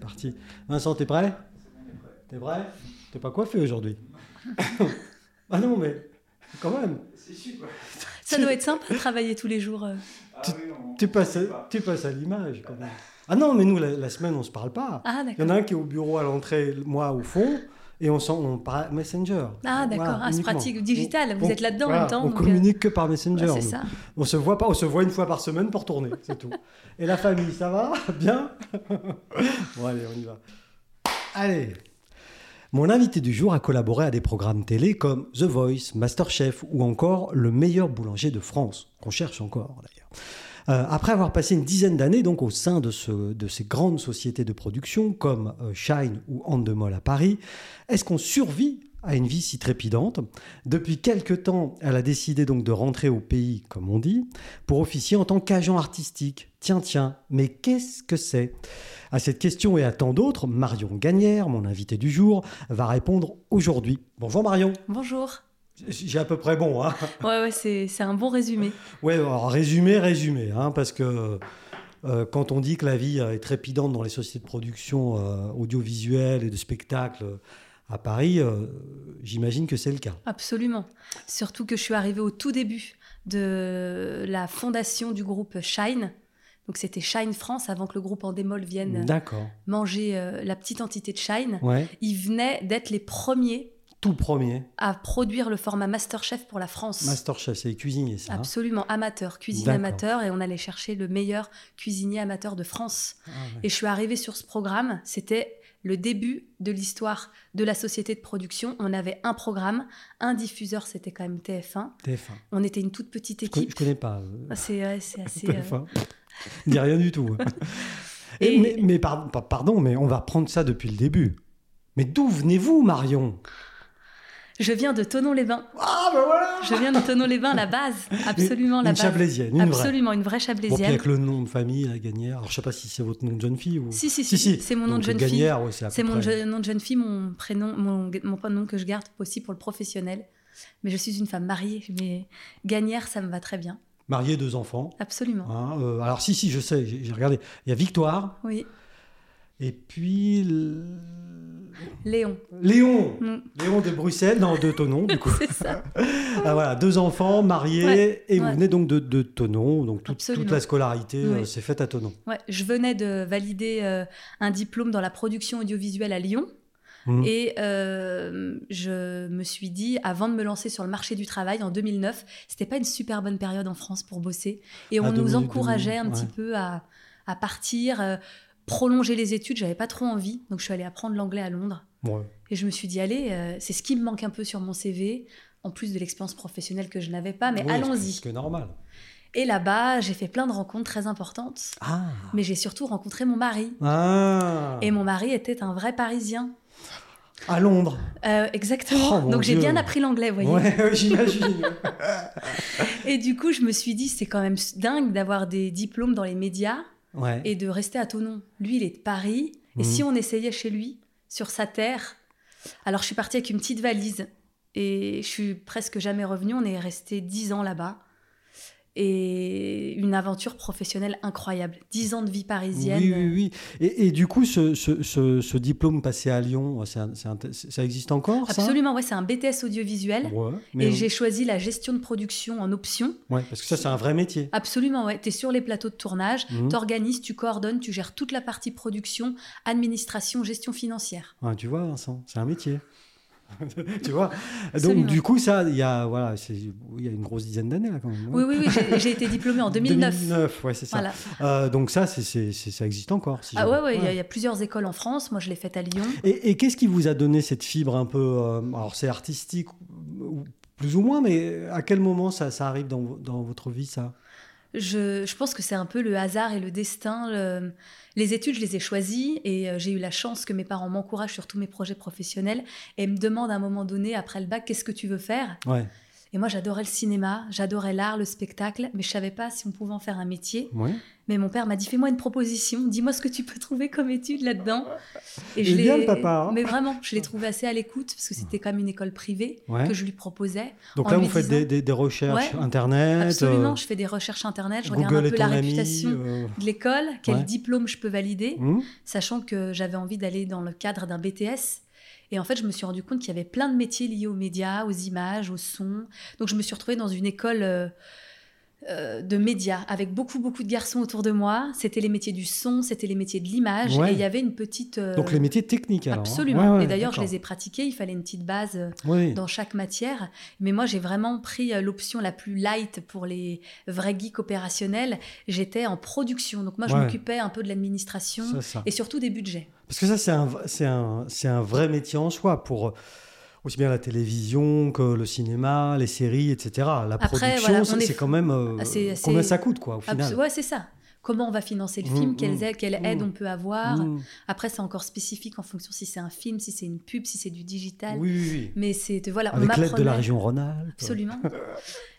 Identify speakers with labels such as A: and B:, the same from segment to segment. A: parti. Vincent, t'es prêt T'es prêt T'es pas coiffé aujourd'hui Ah non, mais quand même.
B: Ça doit être sympa de travailler tous les jours. euh.
A: Ah Tu passes, à- tu passes à l'image quand même. Ah non, mais nous, la, la semaine, on se parle pas.
B: Ah,
A: Il y en
B: d'accord.
A: a un qui est au bureau à l'entrée, moi au fond, et on, s'en- on parle Messenger.
B: Ah, d'accord.
A: Voilà,
B: Ah, c'est
A: uniquement.
B: pratique. Digital, vous
A: On-
B: êtes là-dedans en
A: voilà,
B: même temps.
A: On
B: donc, euh,
A: communique que par
B: bah,
A: Messenger.
B: c'est
A: nous.
B: ça.
A: On se voit pas, on se voit une fois par semaine pour tourner, c'est tout. Et la famille, ça va Bien Bon allez, on y va. Allez. Mon invité du jour a collaboré à des programmes télé comme The Voice, Masterchef ou encore Le meilleur boulanger de France, qu'on cherche encore d'ailleurs. Euh, après avoir passé une dizaine d'années donc au sein de, ce- de ces grandes sociétés de production comme euh, Shine ou Andemol à Paris, est-ce qu'on survit à une vie si trépidante depuis quelques temps, elle a décidé donc de rentrer au pays, comme on dit, pour officier en tant qu'agent artistique. Tiens, tiens, mais qu'est-ce que c'est À cette question et à tant d'autres, Marion Gagnère, mon invitée du jour, va répondre aujourd'hui. Bonjour Marion.
B: Bonjour.
A: J'ai à peu près bon, hein
B: Ouais, ouais, c'est c'est un bon résumé.
A: Ouais, alors résumé, résumé, hein, parce que euh, quand on dit que la vie euh, est trépidante dans les sociétés de production euh, audiovisuelle et de spectacle à Paris, euh, j'imagine que c'est le cas.
B: Absolument. Surtout que je suis arrivée au tout début de la fondation du groupe Shine. Donc c'était Shine France avant que le groupe Endemol vienne
A: D'accord.
B: manger euh, la petite entité de Shine.
A: Ouais.
B: Ils venaient d'être les premiers
A: Tout premier.
B: à produire le format Masterchef pour la France.
A: Masterchef, c'est les cuisiniers, ça. hein
B: Absolument, amateur, cuisine
A: D'accord.
B: amateur, et on allait chercher le meilleur cuisinier amateur de France.
A: Ah ouais.
B: Et je suis arrivée sur ce programme, c'était le début de l'histoire de la société de production. On avait un programme, un diffuseur, c'était quand même TF1.
A: TF1.
B: On était une toute petite
A: Je, connais,
B: équipe.
A: je connais pas euh,
B: C'est ouais, Ah, c'est assez. euh,
A: TF1. Je dis rien du tout. hein. Et-
B: Et-
A: mais mais par- par- pardon, mais on va prendre ça depuis le début. Mais d'où venez-vous, Marion
B: Je viens de Tonon-les-Bains.
A: Ah, ben voilà
B: Je viens de Tonon-les-Bains, la base. Absolument, la
A: Une
B: base.
A: chablaisienne, une vraie.
B: Absolument, une vraie
A: Bon, puis
B: chablaisienne.
A: avec le nom de famille, la gagnère. Alors, je sais pas si c'est votre nom de jeune fille ou.
B: si, si, si, c'est mon nom
A: Donc,
B: de jeune fille.
A: gagnère, ouais, c'est à peu
B: C'est mon
A: près.
B: je- nom de jeune fille, mon prénom, mon, mon prénom que je garde aussi pour le professionnel. Mais je suis une femme mariée, mais gagnère, ça me va très bien.
A: Mariée, deux enfants.
B: Absolument.
A: hein, euh, alors, si, si, je sais, j'ai j'ai regardé. Il y a Victoire,
B: Oui,
A: et puis. l-
B: Léon.
A: Léon
B: Mm.
A: Léon de Bruxelles, non, de Tonon, du coup.
B: C'est ça.
A: Ah, voilà, deux enfants mariés
B: Ouais,
A: et vous
B: ouais.
A: venez donc de, de Thonon, donc toute-
B: Absolument.
A: toute la scolarité
B: Oui.
A: euh, s'est faite à Tonon.
B: Ouais, je venais de valider euh, un diplôme dans la production audiovisuelle à Lyon.
A: Mhm.
B: Et euh, je me suis dit, avant de me lancer sur le marché du travail en 2009, c'était pas une super bonne période en France pour bosser. Et on
A: Ah,
B: nous
A: 2000,
B: encourageait un
A: 2000,
B: petit
A: ouais.
B: peu à, à partir, euh, prolonger les études. J'avais pas trop envie, donc je suis allée apprendre l'anglais à Londres.
A: Ouais.
B: Et je me suis dit, allez, euh, c'est ce qui me manque un peu sur mon CV, en plus de l'expérience professionnelle que je n'avais pas, Ah, mais
A: Oui,
B: allons-y.
A: c'est- C'est que normal.
B: Et là-bas, j'ai fait plein de rencontres très importantes,
A: Ah.
B: mais j'ai surtout rencontré mon mari.
A: Ah.
B: Et mon mari était un vrai Parisien.
A: À Londres.
B: Euh, exactement.
A: Oh, mon
B: Donc j'ai
A: Dieu.
B: bien appris l'anglais, vous voyez.
A: Ouais, j'imagine.
B: Et du coup, je me suis dit, c'est quand même dingue d'avoir des diplômes dans les médias
A: ouais.
B: et de rester à ton nom. Lui, il est de Paris. Et
A: Mhm.
B: si on essayait chez lui, sur sa terre Alors, je suis partie avec une petite valise et je suis presque jamais revenue. On est resté dix ans là-bas. Et une aventure professionnelle incroyable. Dix ans de vie parisienne.
A: Oui, oui, oui. Et, et du coup, ce, ce- ce- ce diplôme passé à Lyon, euh, c'est un- c'est un- ça existe encore,
B: Absolument, ouais, c'est un BTS audiovisuel.
A: ça Ouais,
B: et
A: mais-
B: j'ai choisi la gestion de production en option.
A: ouais, parce que ça, c'est un vrai métier.
B: Absolument, ouais. Tu es sur les plateaux de tournage,
A: Mhm.
B: t'organises, tu coordonnes, tu gères toute la partie production, administration, gestion financière.
A: Ouais, tu vois, Vincent, c'est un métier. tu vois Donc,
B: Absolument.
A: du coup, ça, il y, a, voilà, c'est- il y a une grosse dizaine d'années, là, quand même.
B: Oui, oui, oui, j'ai- j'ai été diplômée en 2009.
A: 2009, ouais, c'est ça.
B: Voilà.
A: Euh, donc ça, c'est, c'est- c'est- ça existe encore. si
B: Ah
A: j'ai-
B: ouais, ouais, il y a- il y, a plusieurs écoles en France. Moi, je l'ai faite à Lyon.
A: Et, et qu'est-ce qui vous a donné cette fibre un peu, euh, alors c'est artistique, ou- plus ou moins, mais à quel moment ça, ça arrive dans, vo- dans votre vie, ça
B: Je, je pense que c'est un peu le hasard et le destin. le- Les études, je les ai choisies et euh, j'ai eu la chance que mes parents m'encouragent sur tous mes projets professionnels et me demandent à un moment donné, après le bac, qu'est-ce que tu veux faire
A: Ouais.
B: Et moi, j'adorais le cinéma, j'adorais l'art, le spectacle, mais je savais pas si on pouvait en faire un métier.
A: Ouais.
B: Mais mon père m'a dit fais-moi une proposition, dis-moi ce que tu peux trouver comme étude là-dedans. Et
A: Il est bien,
B: l'ai-
A: le papa, hein.
B: Mais vraiment, je l'ai trouvé assez à l'écoute parce que c'était comme une école privée
A: Ouais.
B: que je lui proposais.
A: Donc
B: En
A: là, vous
B: lui
A: faites
B: disant-
A: des, des- des recherches
B: Ouais,
A: internet.
B: Absolument,
A: euh,
B: je fais des recherches internet, je regarde
A: Google
B: un
A: est
B: peu
A: ton
B: la
A: ami.
B: réputation
A: euh,
B: de l'école, quel
A: Ouais.
B: diplôme je peux valider,
A: hmm.
B: sachant que j'avais envie d'aller dans le cadre d'un BTS. Et en fait, je me suis rendu compte qu'il y avait plein de métiers liés aux médias, aux images, au son. Donc, je me suis retrouvée dans une école euh, euh, de médias avec beaucoup, beaucoup de garçons autour de moi. C'était les métiers du son, c'était les métiers de l'image.
A: Ouais.
B: Et il y avait une petite. euh,
A: Donc les métiers techniques alors. hein.
B: Absolument.
A: Ouais, ouais,
B: et d'ailleurs, je
A: d'accord.
B: les ai pratiqués. Il fallait une petite base euh,
A: Oui.
B: dans chaque matière. Mais moi, j'ai vraiment pris euh, l'option la plus light pour les vrais geeks opérationnels. J'étais en production. Donc, moi, je
A: Ouais.
B: m'occupais un peu de l'administration
A: C'est ça.
B: et surtout des budgets.
A: Parce que ça, c'est un, v- c'est un, c'est un vrai métier en soi pour euh, aussi bien la télévision que le cinéma, les séries, etc. La
B: Après,
A: production,
B: voilà, on
A: c'est
B: est-
A: c'est quand même euh,
B: c'est- c'est-
A: combien ça coûte quoi au
B: Abs-
A: final.
B: Ouais, c'est ça. Comment on va financer le
A: Mm,
B: film,
A: mm,
B: quelles aides, quelle aide
A: mm.
B: on peut avoir.
A: Mm.
B: Après, c'est encore spécifique en fonction si c'est un film, si c'est une pub, si c'est du digital.
A: Oui, oui, oui.
B: Mais c'est voilà, on
A: Avec l'aide de la
B: m'apprenait-
A: région Rhône-Alpes.
B: Absolument.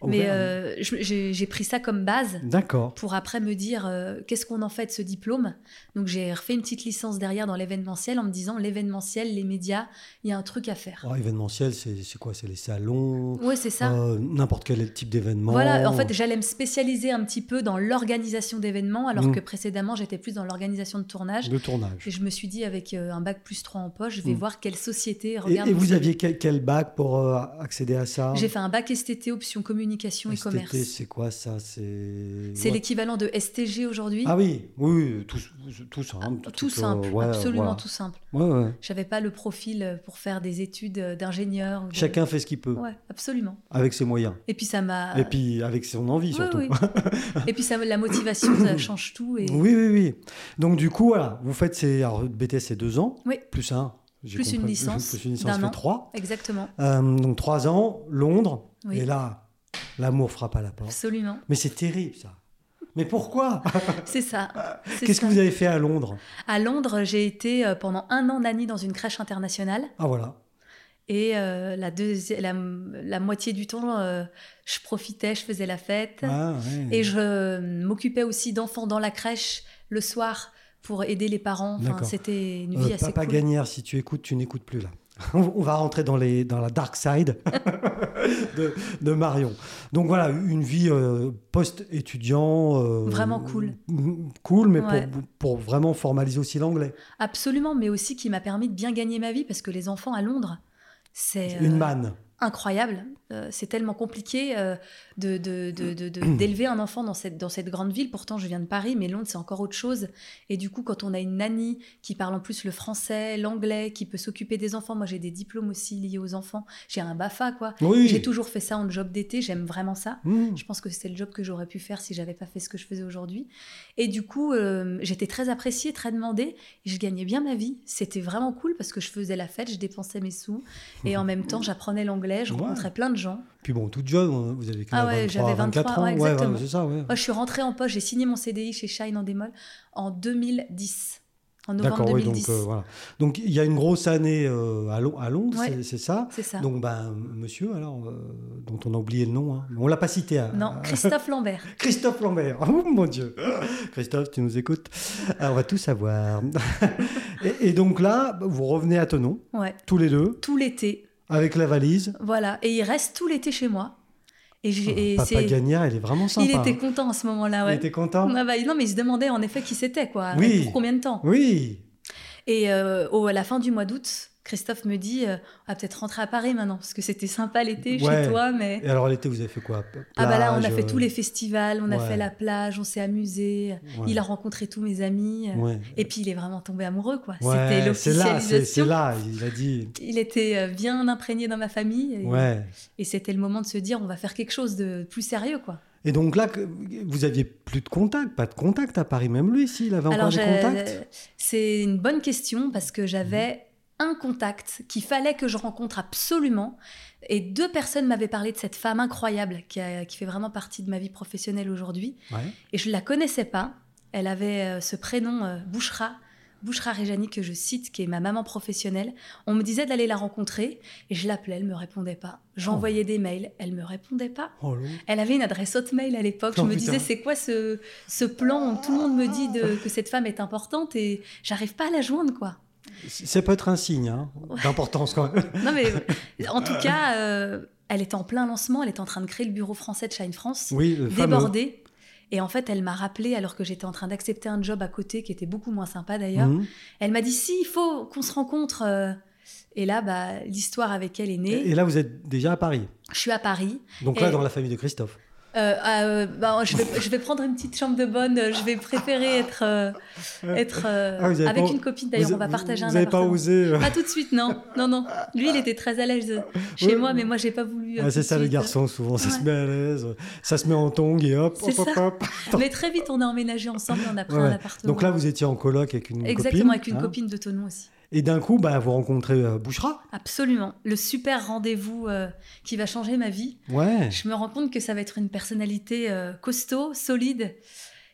B: Mais
A: Auvergne.
B: euh, je- j'ai j'ai pris ça comme base
A: D'accord.
B: pour après me dire euh, qu'est-ce qu'on en fait de ce diplôme. Donc j'ai refait une petite licence derrière dans l'événementiel en me disant l'événementiel, les médias, il y a un truc à faire.
A: Oh, événementiel, c'est c'est quoi C'est les salons,
B: Ouais, c'est ça.
A: euh, n'importe quel type d'événement.
B: Voilà, en fait, j'allais me spécialiser un petit peu dans l'organisation d'événements, alors
A: Mm.
B: que précédemment, j'étais plus dans l'organisation de tournage.
A: de tournage.
B: Et je me suis dit, avec euh, un bac plus 3 en poche, je vais
A: Mm.
B: voir quelle société
A: Et,
B: regarde.
A: et vous
B: mon
A: aviez quel, quel bac pour euh, accéder à ça
B: CV. J'ai fait un bac STT, option communication et
A: STT,
B: E, commerce.
A: E, C'est quoi ça C'est
B: C'est
A: Ouais.
B: l'équivalent de STG aujourd'hui.
A: Ah oui, oui, oui, tout, tout simple.
B: tout,
A: euh,
B: simple,
A: ouais,
B: absolument
A: voilà.
B: tout simple.
A: Ouais, ouais.
B: J'avais pas le profil euh, pour faire des études euh, d'ingénieur. ou de-
A: Chacun fait ce qu'il peut,
B: Ouais, absolument.
A: avec ses moyens.
B: Et puis ça m'a.
A: Et puis avec son envie
B: Oui,
A: surtout.
B: oui. et puis ça, la motivation, ça change tout. Et...
A: Oui, oui, oui. Donc du coup, voilà, vous faites ces... Alors, BTS, c'est deux ans,
B: Oui.
A: plus un. j'ai
B: Plus une
A: compris.
B: licence
A: Plus une
B: d'un
A: licence, fait
B: an.
A: trois.
B: Exactement,
A: Euh, donc trois ans, Londres.
B: Oui.
A: Et là, l'amour frappe à la porte.
B: absolument.
A: Mais c'est terrible ça. Mais pourquoi
B: C'est ça. c'est
A: Qu'est-ce que
B: ça.
A: vous avez fait à Londres
B: À Londres, j'ai été euh, pendant un an d'année dans une crèche internationale.
A: Ah voilà.
B: Et euh, la, deuxi- la, la moitié du temps, euh, je profitais, je faisais la fête.
A: Ah, ouais.
B: Et je euh, m'occupais aussi d'enfants dans la crèche le soir pour aider les parents. Enfin,
A: D'accord.
B: c'était une
A: Euh,
B: vie assez
A: Papa
B: cool.
A: Gagnère, si tu écoutes, tu n'écoutes plus là. On on va rentrer dans, les, dans la dark side de, de Marion. Donc voilà, une vie euh, post-étudiant. euh,
B: Vraiment cool.
A: m- Cool, mais
B: Ouais.
A: pour, pour vraiment formaliser aussi l'anglais.
B: Absolument, mais aussi qui m'a permis de bien gagner ma vie parce que les enfants à Londres, c'est euh,
A: Une manne.
B: incroyable. Euh, c'est tellement compliqué euh, de- de- de- de- de- d'élever un enfant dans cette, dans cette grande ville. Pourtant, je viens de Paris, mais Londres, c'est encore autre chose. Et du coup, quand on a une nanny qui parle en plus le français, l'anglais, qui peut s'occuper des enfants, moi j'ai des diplômes aussi liés aux enfants, j'ai un BAFA, quoi. J'ai
A: Oui.
B: toujours fait ça en job d'été, j'aime vraiment ça.
A: Mmh.
B: Je pense que c'est le job que j'aurais pu faire si j'avais pas fait ce que je faisais aujourd'hui. Et du coup, euh, j'étais très appréciée, très demandée. Et je gagnais bien ma vie. C'était vraiment cool parce que je faisais la fête, je dépensais mes sous. Et en même temps, j'apprenais l'anglais, je
A: Ouais.
B: rencontrais plein de gens.
A: Puis bon, toute jeune, on- vous avez quand
B: Ah
A: même
B: ouais,
A: 23,
B: j'avais
A: 24 ans.
B: 23, ouais,
A: ouais,
B: exactement.
A: ouais, c'est ça, ouais.
B: Moi, je suis rentrée en poche, j'ai signé mon CDI chez Shine en démol en 2010. En novembre
A: D'accord, oui,
B: 2010.
A: donc euh, voilà. Donc il y a une grosse année euh, à, Lo- à Londres,
B: Ouais.
A: c'est- c'est ça.
B: C'est ça.
A: Donc ben, monsieur, alors, euh, dont on a oublié le nom, hein. on l'a pas cité. à-
B: non, Christophe Lambert.
A: Christophe Lambert. Oh mon Dieu. Christophe, tu nous écoutes. Ah, on va tout savoir. et, et donc là, vous revenez à Tenon,
B: Ouais.
A: tous les deux,
B: Tout l'été.
A: avec la valise.
B: Voilà. Et il reste tout l'été chez moi. Et, j'ai- et
A: Ah, Papa
B: c'est-
A: Gagnard, il est vraiment sympa.
B: il était
A: hein.
B: content à ce moment-là. Ouais.
A: Il était content.
B: Ah bah, non, mais il se demandait en effet qui c'était, quoi.
A: Oui.
B: Pour combien de temps
A: Oui.
B: Et euh, au- à la fin du mois d'août, Christophe me dit euh, On va peut-être rentrer à Paris maintenant, parce que c'était sympa l'été
A: Ouais.
B: chez toi, mais.
A: Et alors l'été, vous avez fait quoi P-
B: ah bah là, on a
A: plage,
B: fait
A: euh,
B: tous les festivals, on a
A: ouais.
B: fait la plage, on s'est amusé.
A: euh, ouais,
B: Il a rencontré tous mes amis. euh,
A: ouais.
B: Et puis, il est vraiment tombé amoureux, quoi.
A: Ouais,
B: c'était
A: c'est là, c'est- c'est
B: l'officialisation.
A: là. Il a dit.
B: Il était euh, bien imprégné dans ma famille. Et,
A: Ouais.
B: et c'était le moment de se dire On va faire quelque chose de plus sérieux, quoi.
A: Et donc là, que- vous aviez plus de contact, pas de contact à Paris. Même lui, s'il avait encore des
B: j'ai-
A: contacts.
B: c'est une bonne question parce que j'avais un contact qu'il fallait que je rencontre absolument. Et deux personnes m'avaient parlé de cette femme incroyable qui, a- qui fait vraiment partie de ma vie professionnelle aujourd'hui.
A: Ouais.
B: Et je ne la connaissais pas. Elle avait euh, ce prénom euh, Bouchra Bouchra Rejani, que je cite, qui est ma maman professionnelle, on me disait d'aller la rencontrer et je l'appelais, elle me répondait pas. J'envoyais des mails, elle me répondait pas.
A: Oh, l'eau.
B: Elle avait une adresse hotmail à l'époque.
A: Oh,
B: je me
A: putain.
B: disais, c'est quoi ce, ce plan où tout le monde me dit de- que cette femme est importante et j'arrive pas à la joindre, quoi.
A: C- Ça peut être un signe hein,
B: Ouais.
A: d'importance quand même.
B: Non, mais en tout cas, euh, elle est en plein lancement, elle est en train de créer le bureau français de Shine France,
A: Oui, le fameux.
B: débordée. Et en fait, elle m'a rappelé, alors que j'étais en train d'accepter un job à côté qui était beaucoup moins sympa d'ailleurs,
A: Mhm.
B: elle m'a dit si, il faut qu'on se rencontre. euh. Et là, bah, l'histoire avec elle est née.
A: Et, et là, vous êtes déjà à Paris.
B: Je suis à Paris.
A: Donc là,
B: Et-
A: dans la famille de Christophe.
B: Euh, euh, bah, je, vais, je vais prendre une petite chambre de bonne. euh, Je vais préférer être, euh, être euh,
A: Ah, vous avez
B: avec
A: pas-
B: une copine. D'ailleurs,
A: Vous-
B: on va partager
A: Vous
B: un
A: n'avez pas
B: appartement.
A: osé. euh,
B: Pas tout de suite, non. Non, non. Lui, il était très à l'aise euh, chez
A: Ouais.
B: moi, mais moi, j'ai pas voulu. euh,
A: ah,
B: tout
A: c'est
B: de
A: ça, les
B: suite.
A: garçons, souvent, ça se
B: Ouais.
A: met à l'aise. Ça se met en tongue et hop, hop,
B: C'est
A: hop,
B: ça.
A: hop.
B: Mais très vite, on a emménagé ensemble, on a pris
A: Ouais.
B: un appartement.
A: Donc là, vous étiez en coloc avec une
B: Exactement,
A: copine.
B: avec une
A: hein.
B: copine de Tonon aussi.
A: Et d'un coup, bah, vous rencontrez euh, Bouchra.
B: Absolument. Le super rendez-vous euh, qui va changer ma vie.
A: Ouais.
B: Je me rends compte que ça va être une personnalité euh, costaud, solide,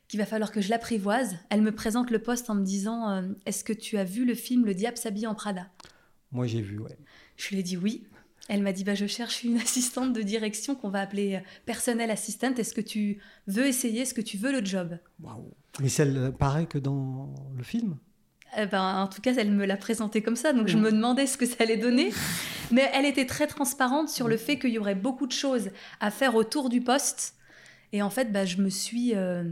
B: qu'il va falloir que je l'apprivoise. Elle me présente le poste en me disant euh, Est-ce que tu as vu le film Le diable s'habille en Prada
A: Moi, j'ai vu, ouais.
B: Je lui ai dit oui. Elle m'a dit bah, Je cherche une assistante de direction qu'on va appeler euh, personnel assistant. Est-ce que tu veux essayer Est-ce que tu veux le job
A: Waouh. Mais celle pareil que dans le film.
B: Eh ben, en tout cas, elle me l'a présenté comme ça, donc je me demandais ce que ça allait donner. Mais elle était très transparente sur le fait qu'il y aurait beaucoup de choses à faire autour du poste. Et en fait, bah, je me suis euh,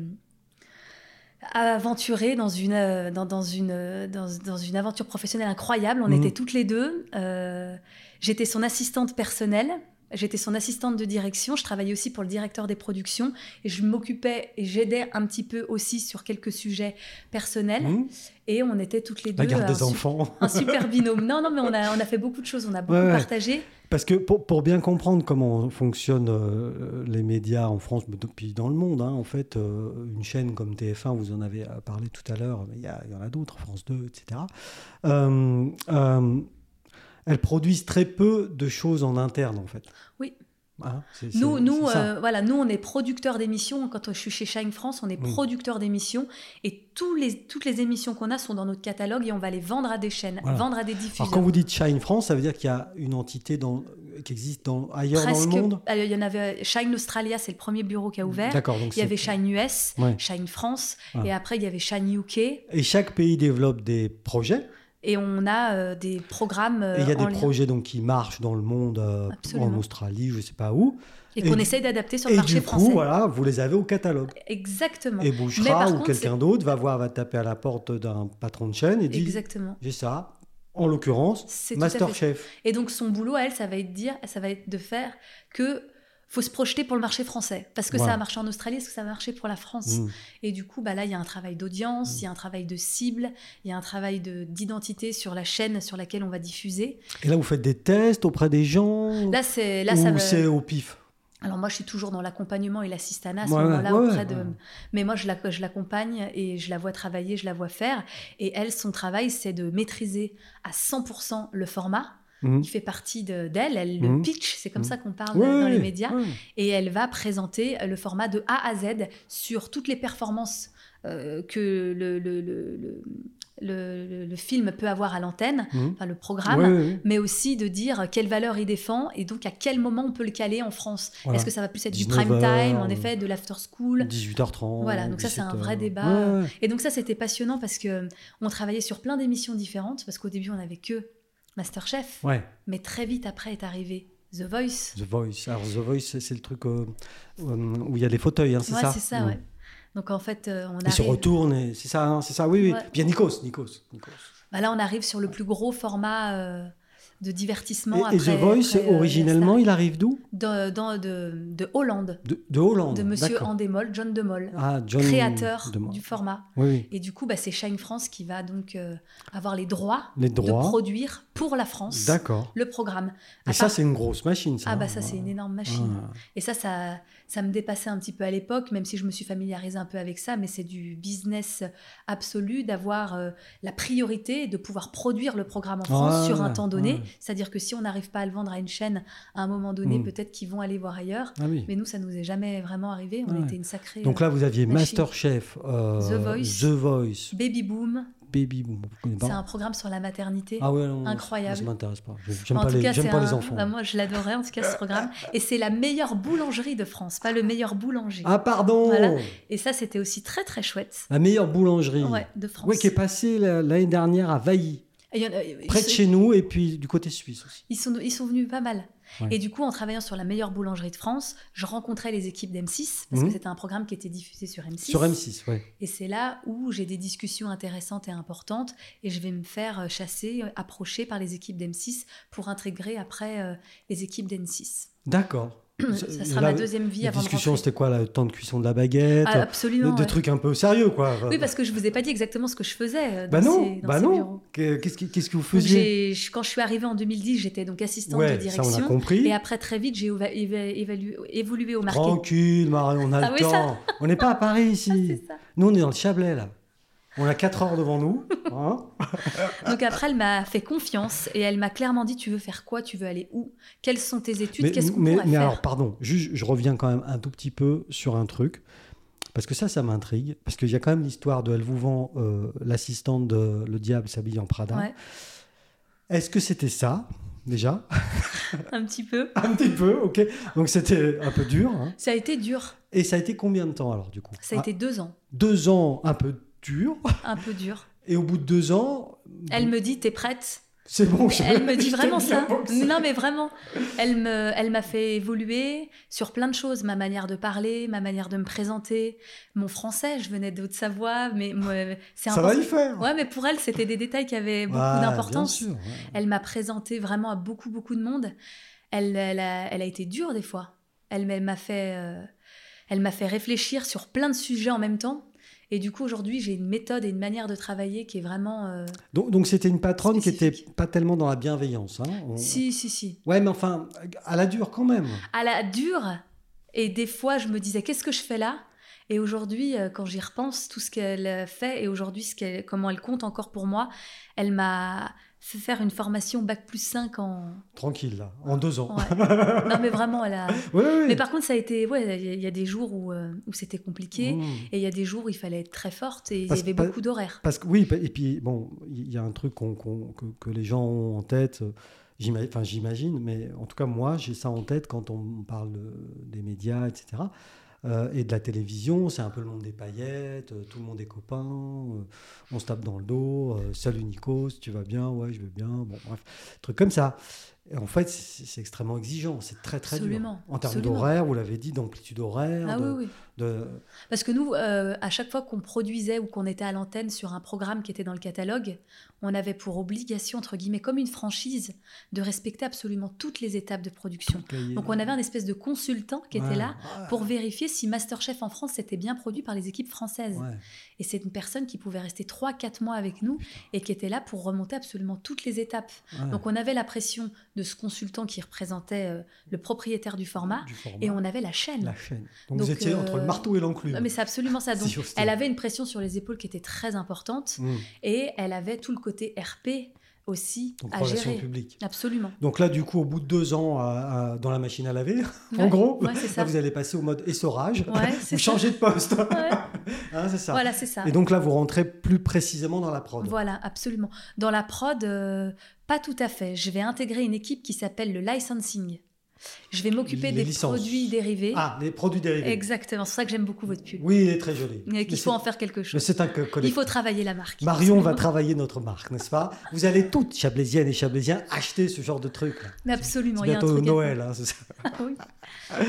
B: aventurée dans une, euh, dans, dans une, euh, dans, dans une aventure professionnelle incroyable. On
A: Mhm.
B: était toutes les deux. Euh, J'étais son assistante personnelle. J'étais son assistante de direction, je travaillais aussi pour le directeur des productions et je m'occupais et j'aidais un petit peu aussi sur quelques sujets personnels.
A: Hmm
B: Et on était toutes les deux
A: La garde
B: à
A: des
B: un, su-
A: enfants.
B: un super binôme. Non, non, mais on a, on a fait beaucoup de choses, on a beaucoup
A: Ouais, ouais.
B: partagé.
A: Parce que pour, pour bien comprendre comment fonctionnent euh, les médias en France, mais depuis dans le monde, hein, en fait, euh, une chaîne comme TF1, vous en avez euh, parlé tout à l'heure, mais il y, a- il y en a d'autres, France 2, etc. Euh, euh, elles produisent très peu de choses en interne, en fait.
B: Oui.
A: Hein, c'est- c'est-
B: Nous,
A: c'est
B: nous,
A: ça.
B: euh, voilà, nous, on est producteurs d'émissions. Quand je suis chez Shine France, on est
A: Mm.
B: producteurs d'émissions et tous les, toutes les émissions qu'on a sont dans notre catalogue et on va les vendre à des chaînes,
A: Voilà.
B: vendre à des
A: Alors,
B: diffuseurs.
A: quand vous dites Shine France, ça veut dire qu'il y a une entité dans- qui existe dans, ailleurs
B: Presque.
A: dans le monde
B: Alors, Il y en avait Shine Australia, c'est le premier bureau qui a ouvert.
A: D'accord. donc
B: Il y
A: c'est-
B: avait Shine US,
A: Ouais. Ah.
B: Shine France,
A: Ouais.
B: et après il y avait Shine UK.
A: Et chaque pays développe des projets.
B: Et on a euh, des programmes euh,
A: et il y a
B: en
A: des
B: lien
A: projets donc, qui marchent dans le monde, euh, en
B: Absolument.
A: Australie, je ne sais pas où.
B: et
A: et
B: qu'on
A: du-
B: essaye d'adapter sur le
A: Et
B: marché
A: du coup,
B: français.
A: voilà, vous les avez au catalogue.
B: Exactement.
A: Et
B: Mais par
A: Bouchra ou
B: contre,
A: quelqu'un d'autre va voir, va taper à la porte d'un patron de chaîne et dit
B: Exactement.
A: J'ai ça, en l'occurrence,
B: C'est tout à fait ça.
A: Masterchef.
B: Et donc son boulot, elle, ça va être de dire, ça va être de faire que faut se projeter pour le marché français. Parce que
A: Voilà.
B: ça a marché en Australie, est-ce que ça a marché pour la France
A: Mm.
B: Et du coup, bah là, il y a un travail d'audience, il y a un travail de cible, il y a un travail de- d'identité sur la chaîne sur laquelle on va diffuser.
A: Et là, vous faites des tests auprès des gens
B: Là, c'est là
A: Ou
B: ça va.
A: c'est au pif
B: Alors moi, je suis toujours dans l'accompagnement et l'assistanat à ce
A: Ouais, ouais,
B: moment-là
A: ouais,
B: auprès de.
A: ouais.
B: Mais moi, je la- je l'accompagne et je la vois travailler, je la vois faire. Et elle, son travail, c'est de maîtriser à 100% le format.
A: Mm.
B: qui fait partie de- d'elle, elle
A: Mhm.
B: le pitch, c'est comme
A: Mhm.
B: ça qu'on parle
A: Ouais,
B: dans les
A: ouais, Mmh.
B: médias,
A: ouais.
B: et elle va présenter euh, le format de A à Z sur toutes les performances euh, que le, le, le, le, le- le- le film peut avoir à l'antenne,
A: Mhm.
B: enfin le programme.
A: Ouais, ouais, ouais.
B: mais aussi de dire quelle valeur il défend et donc à quel moment on peut le caler en France.
A: Voilà.
B: Est-ce que ça va plus être du
A: 19
B: prime time,
A: heures,
B: en
A: euh,
B: effet, de l'after school
A: 18h30.
B: Voilà, donc ça, c'est un vrai
A: 17h.
B: débat.
A: Ouais, ouais.
B: Et donc ça, c'était passionnant parce que euh, on travaillait sur plein d'émissions différentes, parce qu'au début, on n'avait que Masterchef.
A: Ouais,
B: Mais très vite après est arrivé The Voice.
A: The Voice. Alors, The Voice, c'est c'est le truc euh, euh, où il y a les fauteuils, hein, c'est
B: Ouais,
A: ça
B: c'est ça,
A: Mm.
B: ouais. Donc en fait, euh, on
A: Ils se
B: arrive.
A: retournent, et c'est ça, hein, c'est ça, oui, oui.
B: Ouais.
A: Puis il y a Nikos, Nikos. Nikos.
B: Bah là, on arrive sur le plus gros format euh, de
A: Et,
B: divertissement.
A: et
B: après,
A: The Voice,
B: après, euh,
A: originellement,
B: la
A: il arrive d'où
B: Star. de, dans- de- de Hollande,
A: de, de Hollande.
B: de Monsieur
A: d'accord.
B: Andemol, John Demol,
A: Ah, John
B: créateur
A: de-
B: du format.
A: Oui, oui.
B: Et du coup, bah, c'est Shine France qui va donc euh, avoir les droits,
A: Les
B: de
A: droits.
B: produire pour la France
A: D'accord.
B: le programme.
A: Et
B: À
A: ça,
B: part-
A: c'est une grosse machine, ça.
B: Ah bah
A: hein.
B: ça, c'est une énorme machine.
A: Ah.
B: Et ça, ça, ça me dépassait un petit peu à l'époque, même si je me suis familiarisée un peu avec ça, mais c'est du business absolu d'avoir euh, la priorité de pouvoir produire le programme en France
A: ouais,
B: sur un
A: ouais,
B: temps donné.
A: Ah, ouais.
B: C'est-à-dire que si on n'arrive pas à le vendre à une chaîne à un moment donné,
A: Mm.
B: peut-être qu'ils vont aller voir ailleurs.
A: Ah oui.
B: Mais nous, ça nous est jamais vraiment arrivé. On
A: Ouais.
B: était une sacrée
A: Donc là, vous aviez
B: machine.
A: Masterchef, euh,
B: The Voice.
A: The Voice,
B: baby boom,
A: Baby Boom. Je connais pas.
B: C'est un programme sur la maternité.
A: Ah ouais, non, non,
B: Incroyable.
A: Ça m'intéresse pas. Je- J'aime
B: En
A: pas,
B: tout
A: les,
B: cas,
A: j'aime
B: c'est
A: pas
B: un-
A: les enfants.
B: bah, moi, je l'adorais, en tout cas, ce programme. Et c'est la meilleure boulangerie de France, pas le meilleur boulanger.
A: Ah pardon
B: Voilà. Et ça, c'était aussi très, très chouette.
A: La meilleure boulangerie.
B: Ouais, de France.
A: Ouais, qui est passée la- l'année dernière à Vailly,
B: Et il y en a- ils
A: près de
B: se-
A: chez nous et puis du côté suisse aussi.
B: Ils sont, ils sont venus pas mal.
A: Ouais.
B: Et du coup, en travaillant sur la meilleure boulangerie de France, je rencontrais les équipes d'M6, parce
A: Mhm.
B: que c'était un programme qui était diffusé sur M6.
A: Sur M6, ouais.
B: Et c'est là où j'ai des discussions intéressantes et importantes, et je vais me faire euh, chasser, euh, approcher par les équipes d'M6 pour intégrer après euh, les équipes d'N6.
A: D'accord.
B: Ça
A: Ça-
B: sera
A: la-
B: ma deuxième vie
A: La
B: avant
A: discussion,
B: de rentrer.
A: c'était quoi Le temps de cuisson de la baguette
B: Ah,
A: Des,
B: absolument.
A: des euh,
B: ouais.
A: trucs un peu sérieux, quoi.
B: Oui, parce que je vous ai pas dit exactement ce que je faisais euh, dans
A: Bah non,
B: ces, dans
A: bah
B: ces
A: non.
B: bureaux.
A: Que- Qu'est-ce que, qu'est-ce que vous
B: Donc,
A: faisiez
B: j'ai- je- quand je suis arrivée en 2010, j'étais donc assistante de
A: Ouais, ça,
B: direction.
A: on a compris.
B: Et après, très vite, j'ai éva- éva- évalué- évolué au marketing.
A: Tranquille, Marie, on a
B: Ah
A: le
B: oui, ça.
A: temps. On n'est pas à Paris
B: Ah,
A: ici.
B: c'est ça.
A: nous, on est dans le Chablais, là. On a 4 heures devant nous. hein.
B: Donc après, elle m'a fait confiance et elle m'a clairement dit tu veux faire quoi, tu veux aller où, quelles sont tes études,
A: mais
B: qu'est-ce qu'on
A: mais-
B: pourrait
A: mais
B: faire.
A: alors, pardon, juste, je reviens quand même un tout petit peu sur un truc. Parce que ça, ça m'intrigue. Parce qu'il y a quand même l'histoire de Elle vous vend euh, l'assistante de Le Diable s'habille en Prada.
B: Ouais.
A: Est-ce que c'était ça, déjà
B: Un petit peu.
A: Un petit peu, ok. Donc c'était un peu dur. hein.
B: Ça a été dur.
A: Et ça a été combien de temps alors du coup
B: Ça a
A: Ah,
B: été deux ans,
A: Deux ans un peu dur.
B: un peu dur.
A: Et au bout de deux ans,
B: Elle me dit t'es prête.
A: c'est bon. je-
B: Elle me dit
A: je
B: vraiment
A: t'aime
B: ça.
A: bien, bon, c'est-
B: Mais non, mais vraiment. Elle me, elle m'a fait évoluer sur plein de choses, ma manière de parler, ma manière de me présenter, mon français. Je venais de Haute-Savoie, mais moi, euh, c'est
A: Ça va
B: important.
A: y faire.
B: Ouais, mais pour elle, c'était des détails qui avaient beaucoup
A: Ouais,
B: d'importance.
A: Bien sûr. ouais.
B: Elle m'a présenté vraiment à beaucoup, beaucoup de monde. Elle, elle, a, elle a été dure des fois. Elle, m'a- elle m'a fait, euh, elle m'a fait réfléchir sur plein de sujets en même temps. Et du coup, aujourd'hui, j'ai une méthode et une manière de travailler qui est vraiment... euh,
A: Donc donc, c'était une patronne qui
B: Spécifique.
A: était pas tellement dans la bienveillance. hein. On-
B: Si, si, si.
A: Ouais, mais enfin, à la dure quand même.
B: À la dure. Et des fois, je me disais, qu'est-ce que je fais là Et aujourd'hui, euh, quand j'y repense, tout ce qu'elle euh, fait et aujourd'hui, ce qu'elle- comment elle compte encore pour moi, elle m'a fait faire une formation Bac plus 5 en...
A: Tranquille là, en deux ans.
B: Ouais. non, mais vraiment, elle a...
A: Ouais, ouais, ouais.
B: Mais par contre, ça a été. Ouais, il y a- il y, a des jours où, euh, où c'était compliqué.
A: Mmh.
B: Et il y a des jours où il fallait être très forte et il y
A: Parce-
B: avait
A: pas-
B: beaucoup d'horaires.
A: Parce que oui, et puis bon, il y a un truc qu'on- qu'on- que, que les gens ont en tête. euh, j'ima- Enfin, j'imagine, mais en tout cas moi, j'ai ça en tête quand on me parle euh, des médias, etc. euh, et de la télévision, c'est un peu le monde des paillettes, euh, tout le monde est copain, euh, on se tape dans le dos, euh, salut Nikos, tu vas bien, ouais, je vais bien, bon bref, truc comme ça. Et en fait, c'est c'est extrêmement exigeant, c'est très très
B: Absolument,
A: dur. En termes
B: absolument.
A: d'horaire, vous l'avez dit, d'amplitude horaire,
B: Ah
A: de,
B: oui, oui.
A: de-
B: Parce que nous, euh, à chaque fois qu'on produisait ou qu'on était à l'antenne sur un programme qui était dans le catalogue, on avait pour obligation, entre guillemets, comme une franchise, de respecter absolument toutes les étapes de production. Donc on avait un espèce de consultant qui était
A: Ouais,
B: là
A: ouais,
B: pour vérifier si Masterchef en France était bien produit par les équipes françaises.
A: ouais.
B: Et c'est une personne qui pouvait rester 3-4 mois avec nous et qui était là pour remonter absolument toutes les étapes.
A: Ouais,
B: Donc on avait la pression de ce consultant qui représentait euh, le propriétaire du format
A: du
B: et
A: format.
B: on avait la chaîne.
A: La chaîne. Donc, vous
B: Donc,
A: étiez
B: euh,
A: entre le marteau et l'enclume.
B: Non, Mais c'est absolument ça. Donc
A: Si j'ose dire.
B: elle avait une pression sur les épaules qui était très importante
A: Mm.
B: et elle avait tout le côté RP aussi
A: Donc,
B: à
A: relations
B: gérer.
A: publiques.
B: Absolument.
A: Donc là, du coup, au bout de deux ans à- à- dans la machine à laver, en
B: Ouais.
A: gros,
B: Ouais, c'est ça.
A: là, vous allez passer au mode essorage.
B: Ouais,
A: vous
B: c'est ça.
A: changez de poste.
B: Ouais.
A: Hein, c'est ça.
B: Voilà, c'est ça.
A: Et donc là, vous rentrez plus précisément dans la prod.
B: Voilà, absolument. Dans la prod, euh, pas tout à fait. Je vais intégrer une équipe qui s'appelle le licensing. Je vais m'occuper
A: Les
B: des
A: licences.
B: produits dérivés.
A: Ah, les produits dérivés.
B: Exactement, c'est pour ça que j'aime beaucoup votre pub.
A: Oui, il est très joli.
B: Et
A: Mais
B: Qu'il faut
A: c'est-
B: en faire quelque
A: mais
B: chose.
A: c'est un co-
B: Il
A: collectif.
B: faut travailler la marque.
A: Marion va travailler notre marque, n'est-ce pas Vous allez toutes, Chablaisiennes et Chablaisiens, acheter ce genre de truc. là.
B: Mais absolument,
A: C'est
B: il y a un
A: bientôt
B: truc. à-
A: Noël, hein, c'est ça.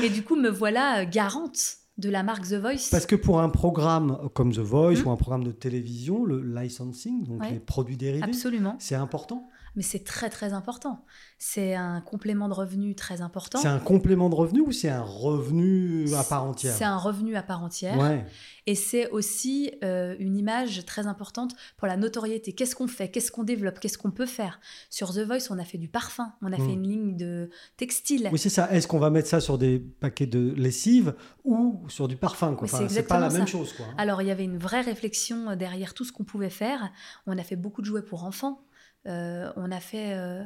B: Et du coup, me voilà euh, garante de la marque The Voice.
A: Parce que pour un programme comme The Voice
B: Hmm.
A: ou un programme de télévision, le licensing, donc
B: Ouais.
A: les produits dérivés,
B: Absolument.
A: c'est important.
B: Mais c'est très très important. C'est un complément de revenu très important.
A: C'est un complément de revenu ou c'est un revenu à part entière
B: C'est un revenu à part entière.
A: Ouais.
B: Et c'est aussi euh, une image très importante pour la notoriété. Qu'est-ce qu'on fait Qu'est-ce qu'on développe Qu'est-ce qu'on peut faire Sur The Voice, on a fait du parfum, on a
A: Mm.
B: fait une ligne de textile.
A: Oui, c'est ça. Est-ce qu'on va mettre ça sur des paquets de lessive ou sur du parfum quoi
B: Mais c'est
A: Enfin, C'est pas la
B: exactement
A: même
B: ça.
A: chose. Quoi. hein.
B: Alors il y avait une vraie réflexion euh, derrière tout ce qu'on pouvait faire. On a fait beaucoup de jouets pour enfants. Euh, on a fait, euh,